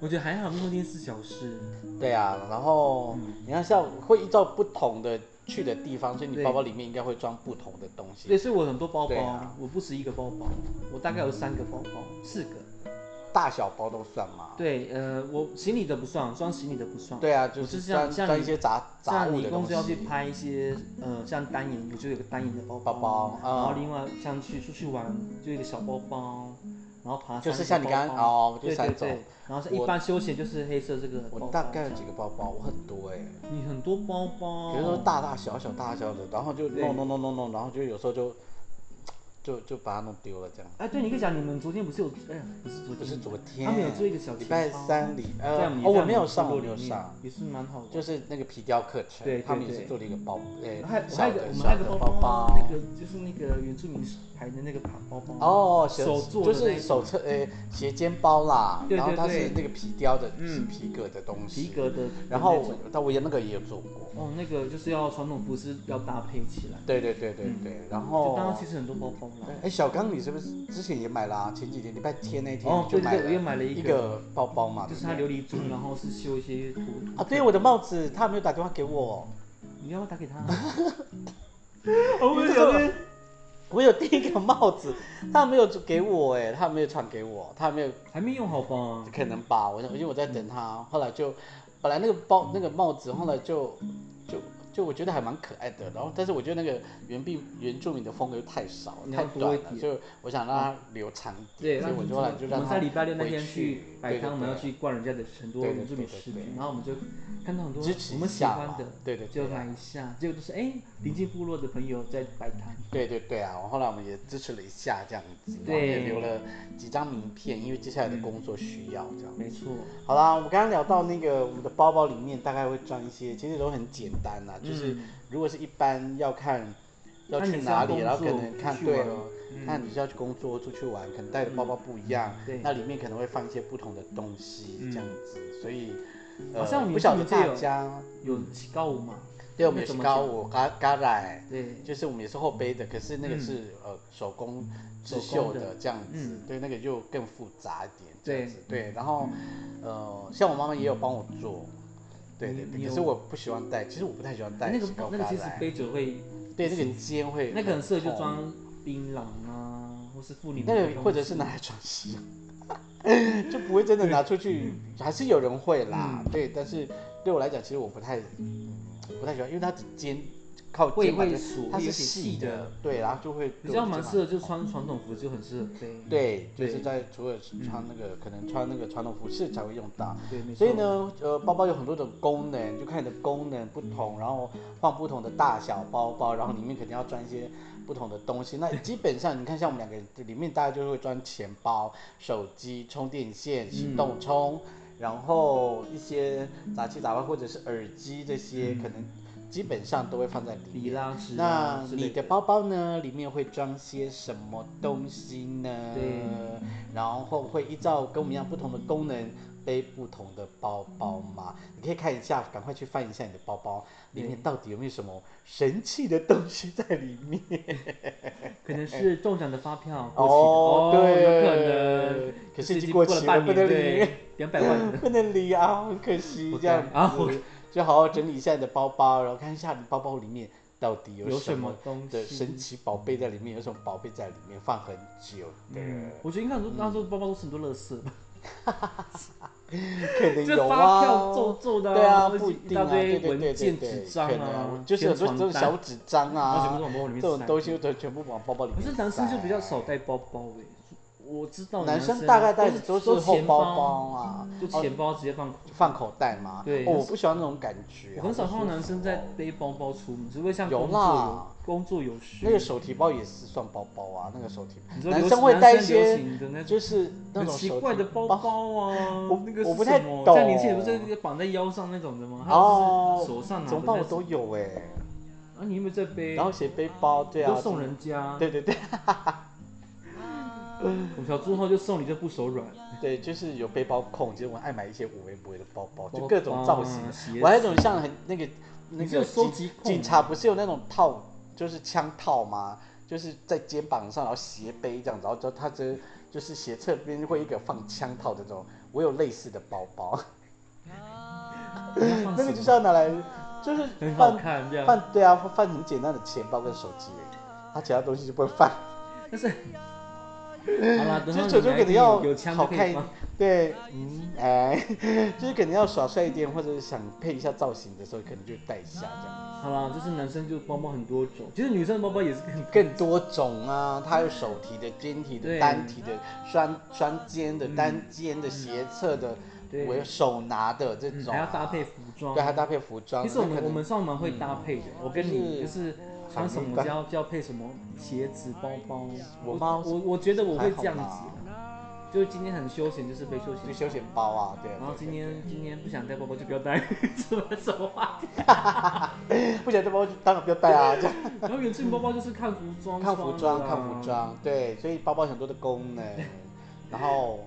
[SPEAKER 2] 我觉得还好，那天四小时，
[SPEAKER 1] 对啊，然后你看像会依照不同的去的地方，所以你
[SPEAKER 2] 对
[SPEAKER 1] 包包里面应该会装不同的东
[SPEAKER 2] 对，
[SPEAKER 1] 西，
[SPEAKER 2] 所以我很多包包，
[SPEAKER 1] 对啊嗯
[SPEAKER 2] 我不止一个包包，我大概有三个包包，四个。
[SPEAKER 1] 大小包都算嘛。
[SPEAKER 2] 对，呃，我行李的不算，装行李的不算。
[SPEAKER 1] 啊对啊，
[SPEAKER 2] 我
[SPEAKER 1] 就是是
[SPEAKER 2] 这样
[SPEAKER 1] 装
[SPEAKER 2] 像
[SPEAKER 1] 装
[SPEAKER 2] 你
[SPEAKER 1] 一些杂杂
[SPEAKER 2] 像
[SPEAKER 1] 物
[SPEAKER 2] 你
[SPEAKER 1] 的
[SPEAKER 2] 公
[SPEAKER 1] 东
[SPEAKER 2] 司
[SPEAKER 1] 西
[SPEAKER 2] 要。去拍一些，呃，像单眼，我就有个单眼的包
[SPEAKER 1] 包包
[SPEAKER 2] 然后
[SPEAKER 1] 嗯
[SPEAKER 2] 另外像去出去玩就有一个小包包，然后爬山
[SPEAKER 1] 就是
[SPEAKER 2] 一个
[SPEAKER 1] 像你
[SPEAKER 2] 包
[SPEAKER 1] 刚刚
[SPEAKER 2] 包
[SPEAKER 1] 哦，就
[SPEAKER 2] 对
[SPEAKER 1] 三
[SPEAKER 2] 对
[SPEAKER 1] 种
[SPEAKER 2] 对。，然后像一
[SPEAKER 1] 我
[SPEAKER 2] 般休闲就是黑色这哦个包包。
[SPEAKER 1] 我大概有几个包包，我很多哎、
[SPEAKER 2] 你很多包包，
[SPEAKER 1] 比如说大大小小大小的，然后就
[SPEAKER 2] 对
[SPEAKER 1] 弄弄弄弄弄，然后就有时候就就就把它弄丢了这样。
[SPEAKER 2] 哎，对你可以讲，你们昨天不是有哎呀，不是昨天，
[SPEAKER 1] 不是昨天，
[SPEAKER 2] 他们有做一个小
[SPEAKER 1] 礼
[SPEAKER 2] 钱
[SPEAKER 1] 拜
[SPEAKER 2] 包
[SPEAKER 1] 三礼
[SPEAKER 2] 在
[SPEAKER 1] 呃
[SPEAKER 2] 我，们
[SPEAKER 1] 哦，
[SPEAKER 2] 在
[SPEAKER 1] 我没有
[SPEAKER 2] 们
[SPEAKER 1] 上，
[SPEAKER 2] 部
[SPEAKER 1] 我
[SPEAKER 2] 落
[SPEAKER 1] 没有
[SPEAKER 2] 里面
[SPEAKER 1] 上，
[SPEAKER 2] 也是蛮好的。
[SPEAKER 1] 就是那个皮雕课程，
[SPEAKER 2] 对对
[SPEAKER 1] 他们也是
[SPEAKER 2] 对
[SPEAKER 1] 做了一个包，呃，
[SPEAKER 2] 还我还
[SPEAKER 1] 小
[SPEAKER 2] 有一个
[SPEAKER 1] 的
[SPEAKER 2] 我们还
[SPEAKER 1] 小
[SPEAKER 2] 有一个
[SPEAKER 1] 的
[SPEAKER 2] 包
[SPEAKER 1] 包
[SPEAKER 2] 啊，那个就是那个原住民牌的那个卡包包。
[SPEAKER 1] 哦，
[SPEAKER 2] 手做
[SPEAKER 1] 就
[SPEAKER 2] 的那
[SPEAKER 1] 是
[SPEAKER 2] 一
[SPEAKER 1] 手册，呃，斜肩包啦，
[SPEAKER 2] 对
[SPEAKER 1] 然后
[SPEAKER 2] 对
[SPEAKER 1] 它是
[SPEAKER 2] 对
[SPEAKER 1] 那个皮雕的，是
[SPEAKER 2] 嗯
[SPEAKER 1] 皮革的东
[SPEAKER 2] 皮
[SPEAKER 1] 西，
[SPEAKER 2] 革的，
[SPEAKER 1] 然后我但我也那个也有做过，
[SPEAKER 2] 哦，那个就是要传统服饰要搭配起来。
[SPEAKER 1] 对对对对
[SPEAKER 2] 嗯
[SPEAKER 1] 对，然
[SPEAKER 2] 就当
[SPEAKER 1] 后
[SPEAKER 2] 然其实很多包包啦。
[SPEAKER 1] 哎，小刚你是不是之前也买啦？前几天礼拜天那天
[SPEAKER 2] 哦
[SPEAKER 1] 你，就
[SPEAKER 2] 对
[SPEAKER 1] 买
[SPEAKER 2] 对，我又
[SPEAKER 1] 了
[SPEAKER 2] 买了
[SPEAKER 1] 一
[SPEAKER 2] 一个，
[SPEAKER 1] 个包包嘛，
[SPEAKER 2] 就是
[SPEAKER 1] 对
[SPEAKER 2] 它
[SPEAKER 1] 不对
[SPEAKER 2] 琉璃珠，然后是绣一些图。
[SPEAKER 1] 啊，对，我的帽子，他没有打电话给我。哦
[SPEAKER 2] 你要不要打给他？
[SPEAKER 1] 我们有那我有订一个帽子，他没有给我哎、他没有传给我，他没有
[SPEAKER 2] 还没用好吧？
[SPEAKER 1] 可能吧，我因为我在等他，后来就本来那个包那个帽子，后来就就就我觉得还蛮可爱的，然后但是我觉得那个原病原住民的风格又太少
[SPEAKER 2] 你要
[SPEAKER 1] 太短
[SPEAKER 2] 多
[SPEAKER 1] 了，
[SPEAKER 2] 一点哦
[SPEAKER 1] 所以我想让它留长一
[SPEAKER 2] 对，
[SPEAKER 1] 点，所
[SPEAKER 2] 那
[SPEAKER 1] 以我就后来就让
[SPEAKER 2] 我们
[SPEAKER 1] 它
[SPEAKER 2] 在礼拜六那
[SPEAKER 1] 回
[SPEAKER 2] 天
[SPEAKER 1] 去
[SPEAKER 2] 去摆摊，我们要去逛人家的很多
[SPEAKER 1] 对对
[SPEAKER 2] 原住民
[SPEAKER 1] 对对
[SPEAKER 2] 食
[SPEAKER 1] 对
[SPEAKER 2] 品，然后我们就看到很多
[SPEAKER 1] 支持
[SPEAKER 2] 我
[SPEAKER 1] 一
[SPEAKER 2] 们喜
[SPEAKER 1] 下
[SPEAKER 2] 欢
[SPEAKER 1] 嘛
[SPEAKER 2] 的，，
[SPEAKER 1] 对对对
[SPEAKER 2] 就
[SPEAKER 1] 啊
[SPEAKER 2] 买一下，结果都是哎临近部落的朋友在摆摊。
[SPEAKER 1] 对对对啊，我后来我们也支持了一下这样子，然后
[SPEAKER 2] 对
[SPEAKER 1] 也留了几张名片，因为接下来的工作需要这样。
[SPEAKER 2] 没错，
[SPEAKER 1] 好啦，我们刚刚聊到那个我们的包包里面大概会装一些，其实都很简单啦，就是
[SPEAKER 2] 嗯
[SPEAKER 1] 如果是一般要看要
[SPEAKER 2] 那你
[SPEAKER 1] 去
[SPEAKER 2] 是
[SPEAKER 1] 哪
[SPEAKER 2] 要
[SPEAKER 1] 里，
[SPEAKER 2] 工
[SPEAKER 1] 然后可
[SPEAKER 2] 作
[SPEAKER 1] 能看
[SPEAKER 2] 去
[SPEAKER 1] 对
[SPEAKER 2] 玩嗯
[SPEAKER 1] 了，那你是要去工作、出去玩，可能带的包包不一样，
[SPEAKER 2] 对
[SPEAKER 1] 那里面可能会放一些不同的东西，这样子，所以。呃
[SPEAKER 2] 好像你
[SPEAKER 1] 不晓得
[SPEAKER 2] 记不记
[SPEAKER 1] 大
[SPEAKER 2] 得有
[SPEAKER 1] 家，
[SPEAKER 2] 有高五嘛？
[SPEAKER 1] 对我们也是
[SPEAKER 2] 那怎么
[SPEAKER 1] 高
[SPEAKER 2] 讲
[SPEAKER 1] 我嘎嘎仔，
[SPEAKER 2] 对，嗯
[SPEAKER 1] 就是我们也是后背的，可是那个是、呃手工刺
[SPEAKER 2] 手
[SPEAKER 1] 绣
[SPEAKER 2] 工的
[SPEAKER 1] 的这样子，
[SPEAKER 2] 嗯
[SPEAKER 1] 对，那个就更复杂一点这样
[SPEAKER 2] 对嗯
[SPEAKER 1] 子，对。然后呃，像我妈妈也有帮我做，对
[SPEAKER 2] 你
[SPEAKER 1] 对
[SPEAKER 2] 你
[SPEAKER 1] 对，可
[SPEAKER 2] 有
[SPEAKER 1] 是我不喜欢戴，其实我不太喜欢戴
[SPEAKER 2] 那个
[SPEAKER 1] 高
[SPEAKER 2] 那
[SPEAKER 1] 嘎
[SPEAKER 2] 个其实
[SPEAKER 1] 仔，
[SPEAKER 2] 背久会，
[SPEAKER 1] 对，那个肩会
[SPEAKER 2] 那个很适合就
[SPEAKER 1] 痛
[SPEAKER 2] 装槟榔啊，或是妇女
[SPEAKER 1] 那
[SPEAKER 2] 的
[SPEAKER 1] 个
[SPEAKER 2] 东
[SPEAKER 1] 或者是
[SPEAKER 2] 西
[SPEAKER 1] 拿来装饰， 就不会真的拿出去，
[SPEAKER 2] 嗯
[SPEAKER 1] 还是有人会啦，对。但是对我来讲，其实我不太嗯不太喜欢，因为它肩靠
[SPEAKER 2] 会
[SPEAKER 1] 肩膀
[SPEAKER 2] 会
[SPEAKER 1] 就，
[SPEAKER 2] 锁，
[SPEAKER 1] 它
[SPEAKER 2] 会有
[SPEAKER 1] 是
[SPEAKER 2] 点
[SPEAKER 1] 细
[SPEAKER 2] 细
[SPEAKER 1] 的
[SPEAKER 2] 的，，
[SPEAKER 1] 对，然后就会
[SPEAKER 2] 比较蛮
[SPEAKER 1] 合。
[SPEAKER 2] 适合就穿传统服就很适合背。
[SPEAKER 1] 对，就是
[SPEAKER 2] 对
[SPEAKER 1] 在除了穿那个，可能穿那个传统服饰才会用到。
[SPEAKER 2] 嗯对，没错。
[SPEAKER 1] 所以，呢，呃，包包有很多种功能，就看你的功能不
[SPEAKER 2] 嗯
[SPEAKER 1] 同，然后放不同的大小包包，然后里面肯定要装一些不同的东西。 那基本上你看，像我们两个人里面，大概就会装钱包、手机、充电线、
[SPEAKER 2] 嗯
[SPEAKER 1] 行动充，然后一些杂七杂八或者是耳机这些，可能基本上都会放在里
[SPEAKER 2] 比
[SPEAKER 1] 面。
[SPEAKER 2] 拉直啊
[SPEAKER 1] 那
[SPEAKER 2] 之
[SPEAKER 1] 你
[SPEAKER 2] 类
[SPEAKER 1] 的包包呢？里面会装些什么东西呢？
[SPEAKER 2] 对，
[SPEAKER 1] 然后会依照跟我们一样不同的功能背不同的包包吗？你可以看一下，赶快去翻一下你的包包里面到底有没有什么神奇的东西在里 面。
[SPEAKER 2] 可
[SPEAKER 1] 哎
[SPEAKER 2] 能是中奖的发票过期的哦
[SPEAKER 1] 对，
[SPEAKER 2] 有可能。
[SPEAKER 1] 哦可是已
[SPEAKER 2] 已
[SPEAKER 1] 经
[SPEAKER 2] 经
[SPEAKER 1] 过
[SPEAKER 2] 了
[SPEAKER 1] 期了，
[SPEAKER 2] 半
[SPEAKER 1] 不
[SPEAKER 2] 年，
[SPEAKER 1] 能理，
[SPEAKER 2] 对，两百万的。
[SPEAKER 1] 不能理啊，很可惜
[SPEAKER 2] 我
[SPEAKER 1] 这样
[SPEAKER 2] 懂 啊我
[SPEAKER 1] 子。就好好整理一下你的包包，然后看一下你包包里面到底
[SPEAKER 2] 有
[SPEAKER 1] 什
[SPEAKER 2] 什
[SPEAKER 1] 么
[SPEAKER 2] 么东
[SPEAKER 1] 的
[SPEAKER 2] 西
[SPEAKER 1] 神？奇宝贝在里面，有什么宝贝在里面放很久 的，
[SPEAKER 2] 嗯，我觉得应该很多，那时候包包都是很多垃圾吧，
[SPEAKER 1] 可能
[SPEAKER 2] 这
[SPEAKER 1] 有
[SPEAKER 2] 发
[SPEAKER 1] 啊，
[SPEAKER 2] 票皱皱的，
[SPEAKER 1] 对啊，
[SPEAKER 2] 或者
[SPEAKER 1] 不
[SPEAKER 2] 是
[SPEAKER 1] 一
[SPEAKER 2] 一
[SPEAKER 1] 定
[SPEAKER 2] 大
[SPEAKER 1] 啊，对
[SPEAKER 2] 堆
[SPEAKER 1] 对对
[SPEAKER 2] 文
[SPEAKER 1] 对
[SPEAKER 2] 件纸
[SPEAKER 1] 对，
[SPEAKER 2] 张
[SPEAKER 1] 可
[SPEAKER 2] 啊
[SPEAKER 1] 能，就是很多这
[SPEAKER 2] 宣
[SPEAKER 1] 种
[SPEAKER 2] 传单
[SPEAKER 1] 小纸张
[SPEAKER 2] 然后全部
[SPEAKER 1] 啊
[SPEAKER 2] 都，往包包里
[SPEAKER 1] 这
[SPEAKER 2] 面
[SPEAKER 1] 种
[SPEAKER 2] 塞
[SPEAKER 1] 东西都全部往包包里
[SPEAKER 2] 可
[SPEAKER 1] 面塞。啊
[SPEAKER 2] 是男生就比较少带包包诶，我知道
[SPEAKER 1] 男
[SPEAKER 2] 生
[SPEAKER 1] 生大概带
[SPEAKER 2] 带
[SPEAKER 1] 的
[SPEAKER 2] 都
[SPEAKER 1] 都
[SPEAKER 2] 是
[SPEAKER 1] 是后
[SPEAKER 2] 钱
[SPEAKER 1] 包包啊，
[SPEAKER 2] 就
[SPEAKER 1] 哦
[SPEAKER 2] 钱包直接放。
[SPEAKER 1] 放口袋嘛。
[SPEAKER 2] 对
[SPEAKER 1] 哦我不喜欢那种感觉。
[SPEAKER 2] 我很少
[SPEAKER 1] 好不
[SPEAKER 2] 看到
[SPEAKER 1] 舒
[SPEAKER 2] 男生在
[SPEAKER 1] 服哦
[SPEAKER 2] 背包包出门，除非像
[SPEAKER 1] 有
[SPEAKER 2] 工
[SPEAKER 1] 啦
[SPEAKER 2] 作有工作有需
[SPEAKER 1] 那个手提包也是算包包啊，那个手提
[SPEAKER 2] 你知道
[SPEAKER 1] 男
[SPEAKER 2] 流
[SPEAKER 1] 生
[SPEAKER 2] 行
[SPEAKER 1] 会带一
[SPEAKER 2] 男生流
[SPEAKER 1] 些
[SPEAKER 2] 行的那种
[SPEAKER 1] 就是那
[SPEAKER 2] 很
[SPEAKER 1] 种
[SPEAKER 2] 奇
[SPEAKER 1] 手
[SPEAKER 2] 怪
[SPEAKER 1] 提
[SPEAKER 2] 的包包 啊，
[SPEAKER 1] 我
[SPEAKER 2] 那个是
[SPEAKER 1] 我不太
[SPEAKER 2] 什么
[SPEAKER 1] 懂
[SPEAKER 2] 像年轻人不是绑在腰上那种的吗？
[SPEAKER 1] 哦
[SPEAKER 2] 他不是手上拿
[SPEAKER 1] 怎
[SPEAKER 2] 的
[SPEAKER 1] 么办？我
[SPEAKER 2] 那种
[SPEAKER 1] 都有哎、
[SPEAKER 2] 啊，你有没有在背？
[SPEAKER 1] 然后写背包，对啊，
[SPEAKER 2] 都送人家。
[SPEAKER 1] 对对对
[SPEAKER 2] 我小之后就送你这不手软，
[SPEAKER 1] 对，就是有背包控，就是我爱买一些五维不为的包包，
[SPEAKER 2] 包
[SPEAKER 1] 哦就
[SPEAKER 2] 包
[SPEAKER 1] 各种造型
[SPEAKER 2] 啊鞋子
[SPEAKER 1] 我还有一种像很那个那
[SPEAKER 2] 你是
[SPEAKER 1] 个
[SPEAKER 2] 有收
[SPEAKER 1] 警
[SPEAKER 2] 集控
[SPEAKER 1] 警察不是有那种套，就是枪套吗？就是在肩膀上，然后斜背这样子，然后就他这就是斜侧边会一个放枪套的那种。我有类似的包包，
[SPEAKER 2] 你要放
[SPEAKER 1] 那个
[SPEAKER 2] 什
[SPEAKER 1] 就是
[SPEAKER 2] 么
[SPEAKER 1] 要拿来，就是
[SPEAKER 2] 很好
[SPEAKER 1] 放
[SPEAKER 2] 看这样。
[SPEAKER 1] 放对啊，放很简单的钱包跟手机而已，啊他其他东西就不会 放。
[SPEAKER 2] 但是，好啦，等
[SPEAKER 1] 就是
[SPEAKER 2] 到你
[SPEAKER 1] 球球
[SPEAKER 2] 来
[SPEAKER 1] 可
[SPEAKER 2] 一
[SPEAKER 1] 能
[SPEAKER 2] 天
[SPEAKER 1] 要
[SPEAKER 2] 有有枪
[SPEAKER 1] 好
[SPEAKER 2] 就可
[SPEAKER 1] 看
[SPEAKER 2] 以
[SPEAKER 1] 一
[SPEAKER 2] 放。，
[SPEAKER 1] 对，嗯，哎， 就是可能要耍帅一点，或者是想配一下造型的时候，可能就带一下这样。
[SPEAKER 2] 好啦，就是男生就包包很多种，其实女生的包包也是很
[SPEAKER 1] 更多种啊，它有手提的、肩提的、
[SPEAKER 2] 对嗯
[SPEAKER 1] 单提的、双双肩的、单肩的、斜侧的，
[SPEAKER 2] 对嗯
[SPEAKER 1] 我有手拿的这种、啊，
[SPEAKER 2] 还要搭配服装。
[SPEAKER 1] 对，还搭配服装。嗯
[SPEAKER 2] 其实我
[SPEAKER 1] 那可
[SPEAKER 2] 们
[SPEAKER 1] 能
[SPEAKER 2] 我们上蛮会搭配的，我跟你就是穿什么就要就要配什么鞋子、包包。
[SPEAKER 1] 我
[SPEAKER 2] 我
[SPEAKER 1] 妈
[SPEAKER 2] 我我觉得我会这样子
[SPEAKER 1] 还好
[SPEAKER 2] 啦，就是今天很休闲，就是背休
[SPEAKER 1] 就
[SPEAKER 2] 闲。
[SPEAKER 1] 休闲包啊，对啊。
[SPEAKER 2] 然后今
[SPEAKER 1] 对
[SPEAKER 2] 天今天不想带包包就不要带， 什么什么话题？
[SPEAKER 1] 对不想带包就当然不要带啊，这样
[SPEAKER 2] 然后远近包包就是看服装，
[SPEAKER 1] 看服装，
[SPEAKER 2] 的啊
[SPEAKER 1] 看服。装，对，所以包包有很多的功能，然后。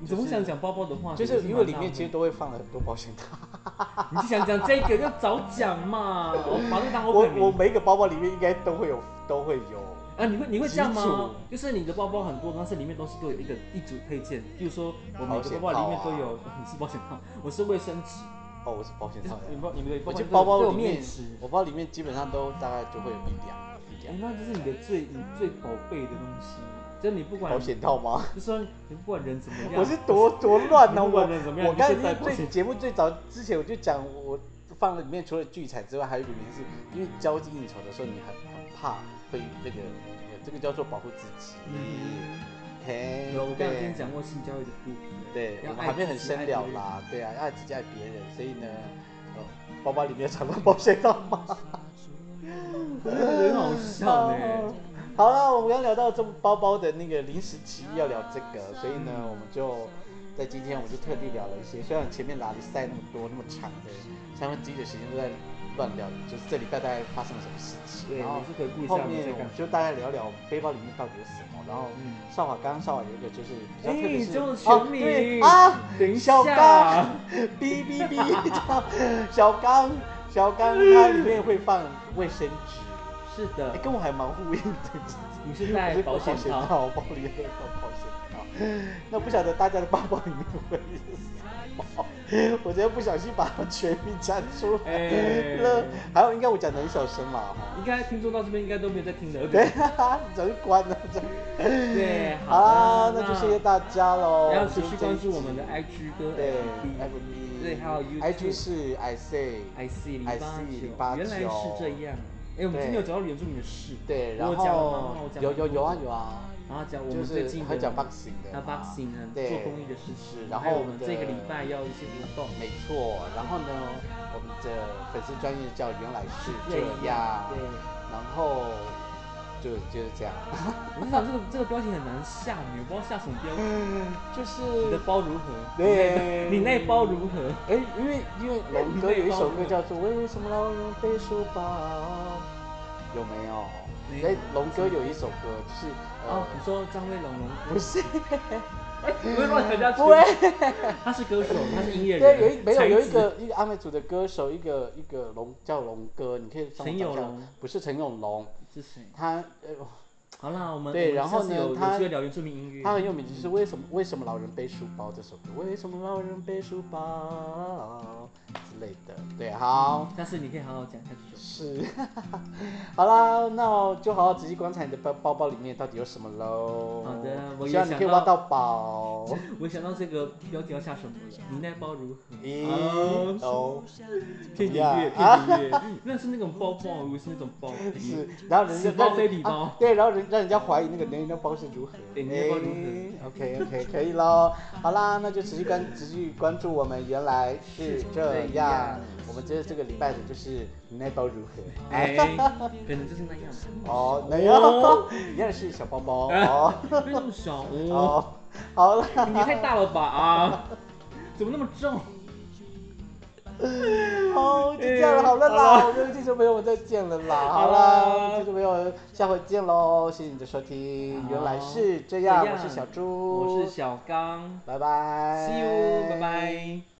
[SPEAKER 2] 你怎么想讲包包的话题？
[SPEAKER 1] 就是因为里面其实
[SPEAKER 2] 实
[SPEAKER 1] 都会放了很多保险套，
[SPEAKER 2] 你就想讲这个，就早讲 嘛，哦我把这当
[SPEAKER 1] 我
[SPEAKER 2] open
[SPEAKER 1] 我每一个包包里面应该都会有都会有，
[SPEAKER 2] 啊，你会你会这样
[SPEAKER 1] 几组
[SPEAKER 2] 吗？就是你的包包很多，但是里面东西都有一个一组配件，比如说我每个包包
[SPEAKER 1] 啊
[SPEAKER 2] 里面都有， 你是保险套，我是卫生纸，
[SPEAKER 1] 哦，我是保险
[SPEAKER 2] 就是
[SPEAKER 1] 套的，
[SPEAKER 2] 你包你们的
[SPEAKER 1] 我
[SPEAKER 2] 包
[SPEAKER 1] 就包
[SPEAKER 2] 包
[SPEAKER 1] 包
[SPEAKER 2] 都有
[SPEAKER 1] 里面
[SPEAKER 2] 面纸，，
[SPEAKER 1] 我包里面基本上都大概就会有一两一
[SPEAKER 2] 哎
[SPEAKER 1] 两，
[SPEAKER 2] 那就是你的最你最宝贝的东西，就是你不管
[SPEAKER 1] 保，险套吗？
[SPEAKER 2] 就说你不管人怎么样，
[SPEAKER 1] 我是多多乱呢、
[SPEAKER 2] 你不
[SPEAKER 1] 我
[SPEAKER 2] 管人怎么样
[SPEAKER 1] 我刚才
[SPEAKER 2] 你就带保险
[SPEAKER 1] 最节目最早之前我就讲，我放了里面除了聚财之外，还有一个原因是因为交际应酬的时候，你很很怕会这个这个叫做保护自己。
[SPEAKER 2] 嗯，
[SPEAKER 1] 嘿，
[SPEAKER 2] 有我刚才
[SPEAKER 1] 对
[SPEAKER 2] 跟你讲过性教育的部分，
[SPEAKER 1] 对，
[SPEAKER 2] 要
[SPEAKER 1] 我们
[SPEAKER 2] 爱
[SPEAKER 1] 还没
[SPEAKER 2] 自
[SPEAKER 1] 很
[SPEAKER 2] 己
[SPEAKER 1] 深
[SPEAKER 2] 爱
[SPEAKER 1] 聊
[SPEAKER 2] 别人
[SPEAKER 1] 啦，对啊，爱自己爱别人，所以呢，呃，包包里面藏到保险套吗？
[SPEAKER 2] 我觉得很好笑呢。
[SPEAKER 1] 好了，我们要聊到这包包的那个临时起意要聊这个，所以呢，我们就在今天我们就特地聊了一些，虽然前面拉了塞那么多那么长的三分之一的时间都在乱聊，就是这礼拜大概发生了什么事情，
[SPEAKER 2] 对，
[SPEAKER 1] 然后
[SPEAKER 2] 也是回顾一下
[SPEAKER 1] 后
[SPEAKER 2] 我们在
[SPEAKER 1] 面
[SPEAKER 2] 干嘛。
[SPEAKER 1] 就大家聊聊背包里面到底有什么，然后
[SPEAKER 2] 嗯，
[SPEAKER 1] 少华刚刚少华有一个就是比较特别
[SPEAKER 2] 哎
[SPEAKER 1] 是，
[SPEAKER 2] 周
[SPEAKER 1] 哦
[SPEAKER 2] 群
[SPEAKER 1] 对
[SPEAKER 2] 明
[SPEAKER 1] 啊，
[SPEAKER 2] 等一
[SPEAKER 1] 小
[SPEAKER 2] 下
[SPEAKER 1] 刚，哔哔哔，这样小刚小刚它里面会放卫生纸，
[SPEAKER 2] 是
[SPEAKER 1] 哎、
[SPEAKER 2] 的，
[SPEAKER 1] 跟我还蛮呼应的，
[SPEAKER 2] 你是
[SPEAKER 1] 我
[SPEAKER 2] 带
[SPEAKER 1] 是哎
[SPEAKER 2] 保险套，
[SPEAKER 1] 套，我包里还有保险套，那不晓得大家的包包里面会是什么？我今天不小心把全名讲出来
[SPEAKER 2] 哎
[SPEAKER 1] 了，还有应该我讲的很小声啦，哈。
[SPEAKER 2] 应该听众到这边应该都没有在听的，
[SPEAKER 1] 对， 哈哈，早就关了。早就
[SPEAKER 2] 对，
[SPEAKER 1] 好啦，
[SPEAKER 2] 的
[SPEAKER 1] 啊那就谢谢大家喽。
[SPEAKER 2] 然后持续
[SPEAKER 1] 今天
[SPEAKER 2] 关
[SPEAKER 1] 这一
[SPEAKER 2] 注我们的 IG 跟
[SPEAKER 1] 集对
[SPEAKER 2] FB，
[SPEAKER 1] FB，
[SPEAKER 2] 对还有
[SPEAKER 1] IG
[SPEAKER 2] YouTube
[SPEAKER 1] 是 I say
[SPEAKER 2] IC 零
[SPEAKER 1] IC 零
[SPEAKER 2] 八
[SPEAKER 1] 八
[SPEAKER 2] 九，
[SPEAKER 1] 九
[SPEAKER 2] 原来是这样。哎，我们
[SPEAKER 1] 对
[SPEAKER 2] 今天有找到原住民的事，
[SPEAKER 1] 对，
[SPEAKER 2] 我
[SPEAKER 1] 然
[SPEAKER 2] 有加我妈妈
[SPEAKER 1] 后
[SPEAKER 2] 我加
[SPEAKER 1] 有有
[SPEAKER 2] 蛮多
[SPEAKER 1] 有啊
[SPEAKER 2] 的
[SPEAKER 1] 有啊，
[SPEAKER 2] 然后讲我
[SPEAKER 1] 就
[SPEAKER 2] 们最
[SPEAKER 1] 是
[SPEAKER 2] 近
[SPEAKER 1] 还
[SPEAKER 2] 的
[SPEAKER 1] 讲 boxing 的
[SPEAKER 2] 那
[SPEAKER 1] 嘛
[SPEAKER 2] boxing 啊，
[SPEAKER 1] 对
[SPEAKER 2] 做公益的事情，
[SPEAKER 1] 是然
[SPEAKER 2] 还有
[SPEAKER 1] 后
[SPEAKER 2] 我
[SPEAKER 1] 我们
[SPEAKER 2] 们
[SPEAKER 1] 的
[SPEAKER 2] 这个礼拜要一些活动，
[SPEAKER 1] 没错。然后呢，我们的粉丝专业叫原来是这样，
[SPEAKER 2] 对，
[SPEAKER 1] 然后就就是这样，
[SPEAKER 2] 我想这个这个标题很难下，你不知道下什么 标题。
[SPEAKER 1] 就
[SPEAKER 2] 你的
[SPEAKER 1] 是
[SPEAKER 2] 包如何？
[SPEAKER 1] 对
[SPEAKER 2] 你那包如何？
[SPEAKER 1] 哎，因为因为龙哥有一首歌叫做《为什么老人背书包》，有没有？
[SPEAKER 2] 没有
[SPEAKER 1] 哎，龙哥有一首歌就是
[SPEAKER 2] 哦
[SPEAKER 1] 呃，，
[SPEAKER 2] 你说张威龙 龙哎
[SPEAKER 1] 不是，
[SPEAKER 2] 不会乱人家
[SPEAKER 1] 不会，
[SPEAKER 2] 他是歌手，他是音乐人。
[SPEAKER 1] 对，有一没有
[SPEAKER 2] 才
[SPEAKER 1] 有一
[SPEAKER 2] 子
[SPEAKER 1] 个一个阿美族的歌手，一个一个龙叫龙哥，你可以上网
[SPEAKER 2] 陈
[SPEAKER 1] 找
[SPEAKER 2] 友
[SPEAKER 1] 一下
[SPEAKER 2] 龙
[SPEAKER 1] 不是陈永龙，
[SPEAKER 2] 是谁？
[SPEAKER 1] 他呃
[SPEAKER 2] 好啦，我们
[SPEAKER 1] 对
[SPEAKER 2] 我们
[SPEAKER 1] 然后
[SPEAKER 2] 下次
[SPEAKER 1] 呢
[SPEAKER 2] 有有
[SPEAKER 1] 他
[SPEAKER 2] 机会聊原住民音乐，
[SPEAKER 1] 他很有名，就是为什么为什么老人背书包这首歌，为什么老人背书包之类的，对，好。
[SPEAKER 2] 但是你可以好好讲下去。
[SPEAKER 1] 是， 好啦，那我就好好仔细观察你的包包包里面到底有什么喽。
[SPEAKER 2] 好的我也
[SPEAKER 1] 希望你可以
[SPEAKER 2] 想到
[SPEAKER 1] 挖到 宝。
[SPEAKER 2] 我想到这个标题要下什么了，你那包如何？
[SPEAKER 1] 咦
[SPEAKER 2] 哦，
[SPEAKER 1] 哦，
[SPEAKER 2] 骗音
[SPEAKER 1] 呀
[SPEAKER 2] 乐，骗音乐，嗯那是那种包包，不是那种包。
[SPEAKER 1] 是，然后人家
[SPEAKER 2] 此包非彼包
[SPEAKER 1] 啊对，然后人让人家怀疑那个你那包是如何。
[SPEAKER 2] 对你那包如何
[SPEAKER 1] OK OK，可以喽。好啦，那就持续关持续关注我们，原来是这
[SPEAKER 2] 这
[SPEAKER 1] 样
[SPEAKER 2] 样。
[SPEAKER 1] 我们这这个礼拜的就是你那包如何。
[SPEAKER 2] 哎，可能就是那样。
[SPEAKER 1] 哦，没有，一样是小包 包哦。
[SPEAKER 2] 为什么小哦？
[SPEAKER 1] 哦，好了。
[SPEAKER 2] 你太大了吧啊！怎么那么重？
[SPEAKER 1] 好，就这样嗯了，好了啦，我们听众朋友们再见了啦，好啦，听众朋友们下回见喽，谢谢你的收听，嗯原来是这样，我是小猪，
[SPEAKER 2] 哦我是，小刚
[SPEAKER 1] 拜拜
[SPEAKER 2] ，See you，拜拜。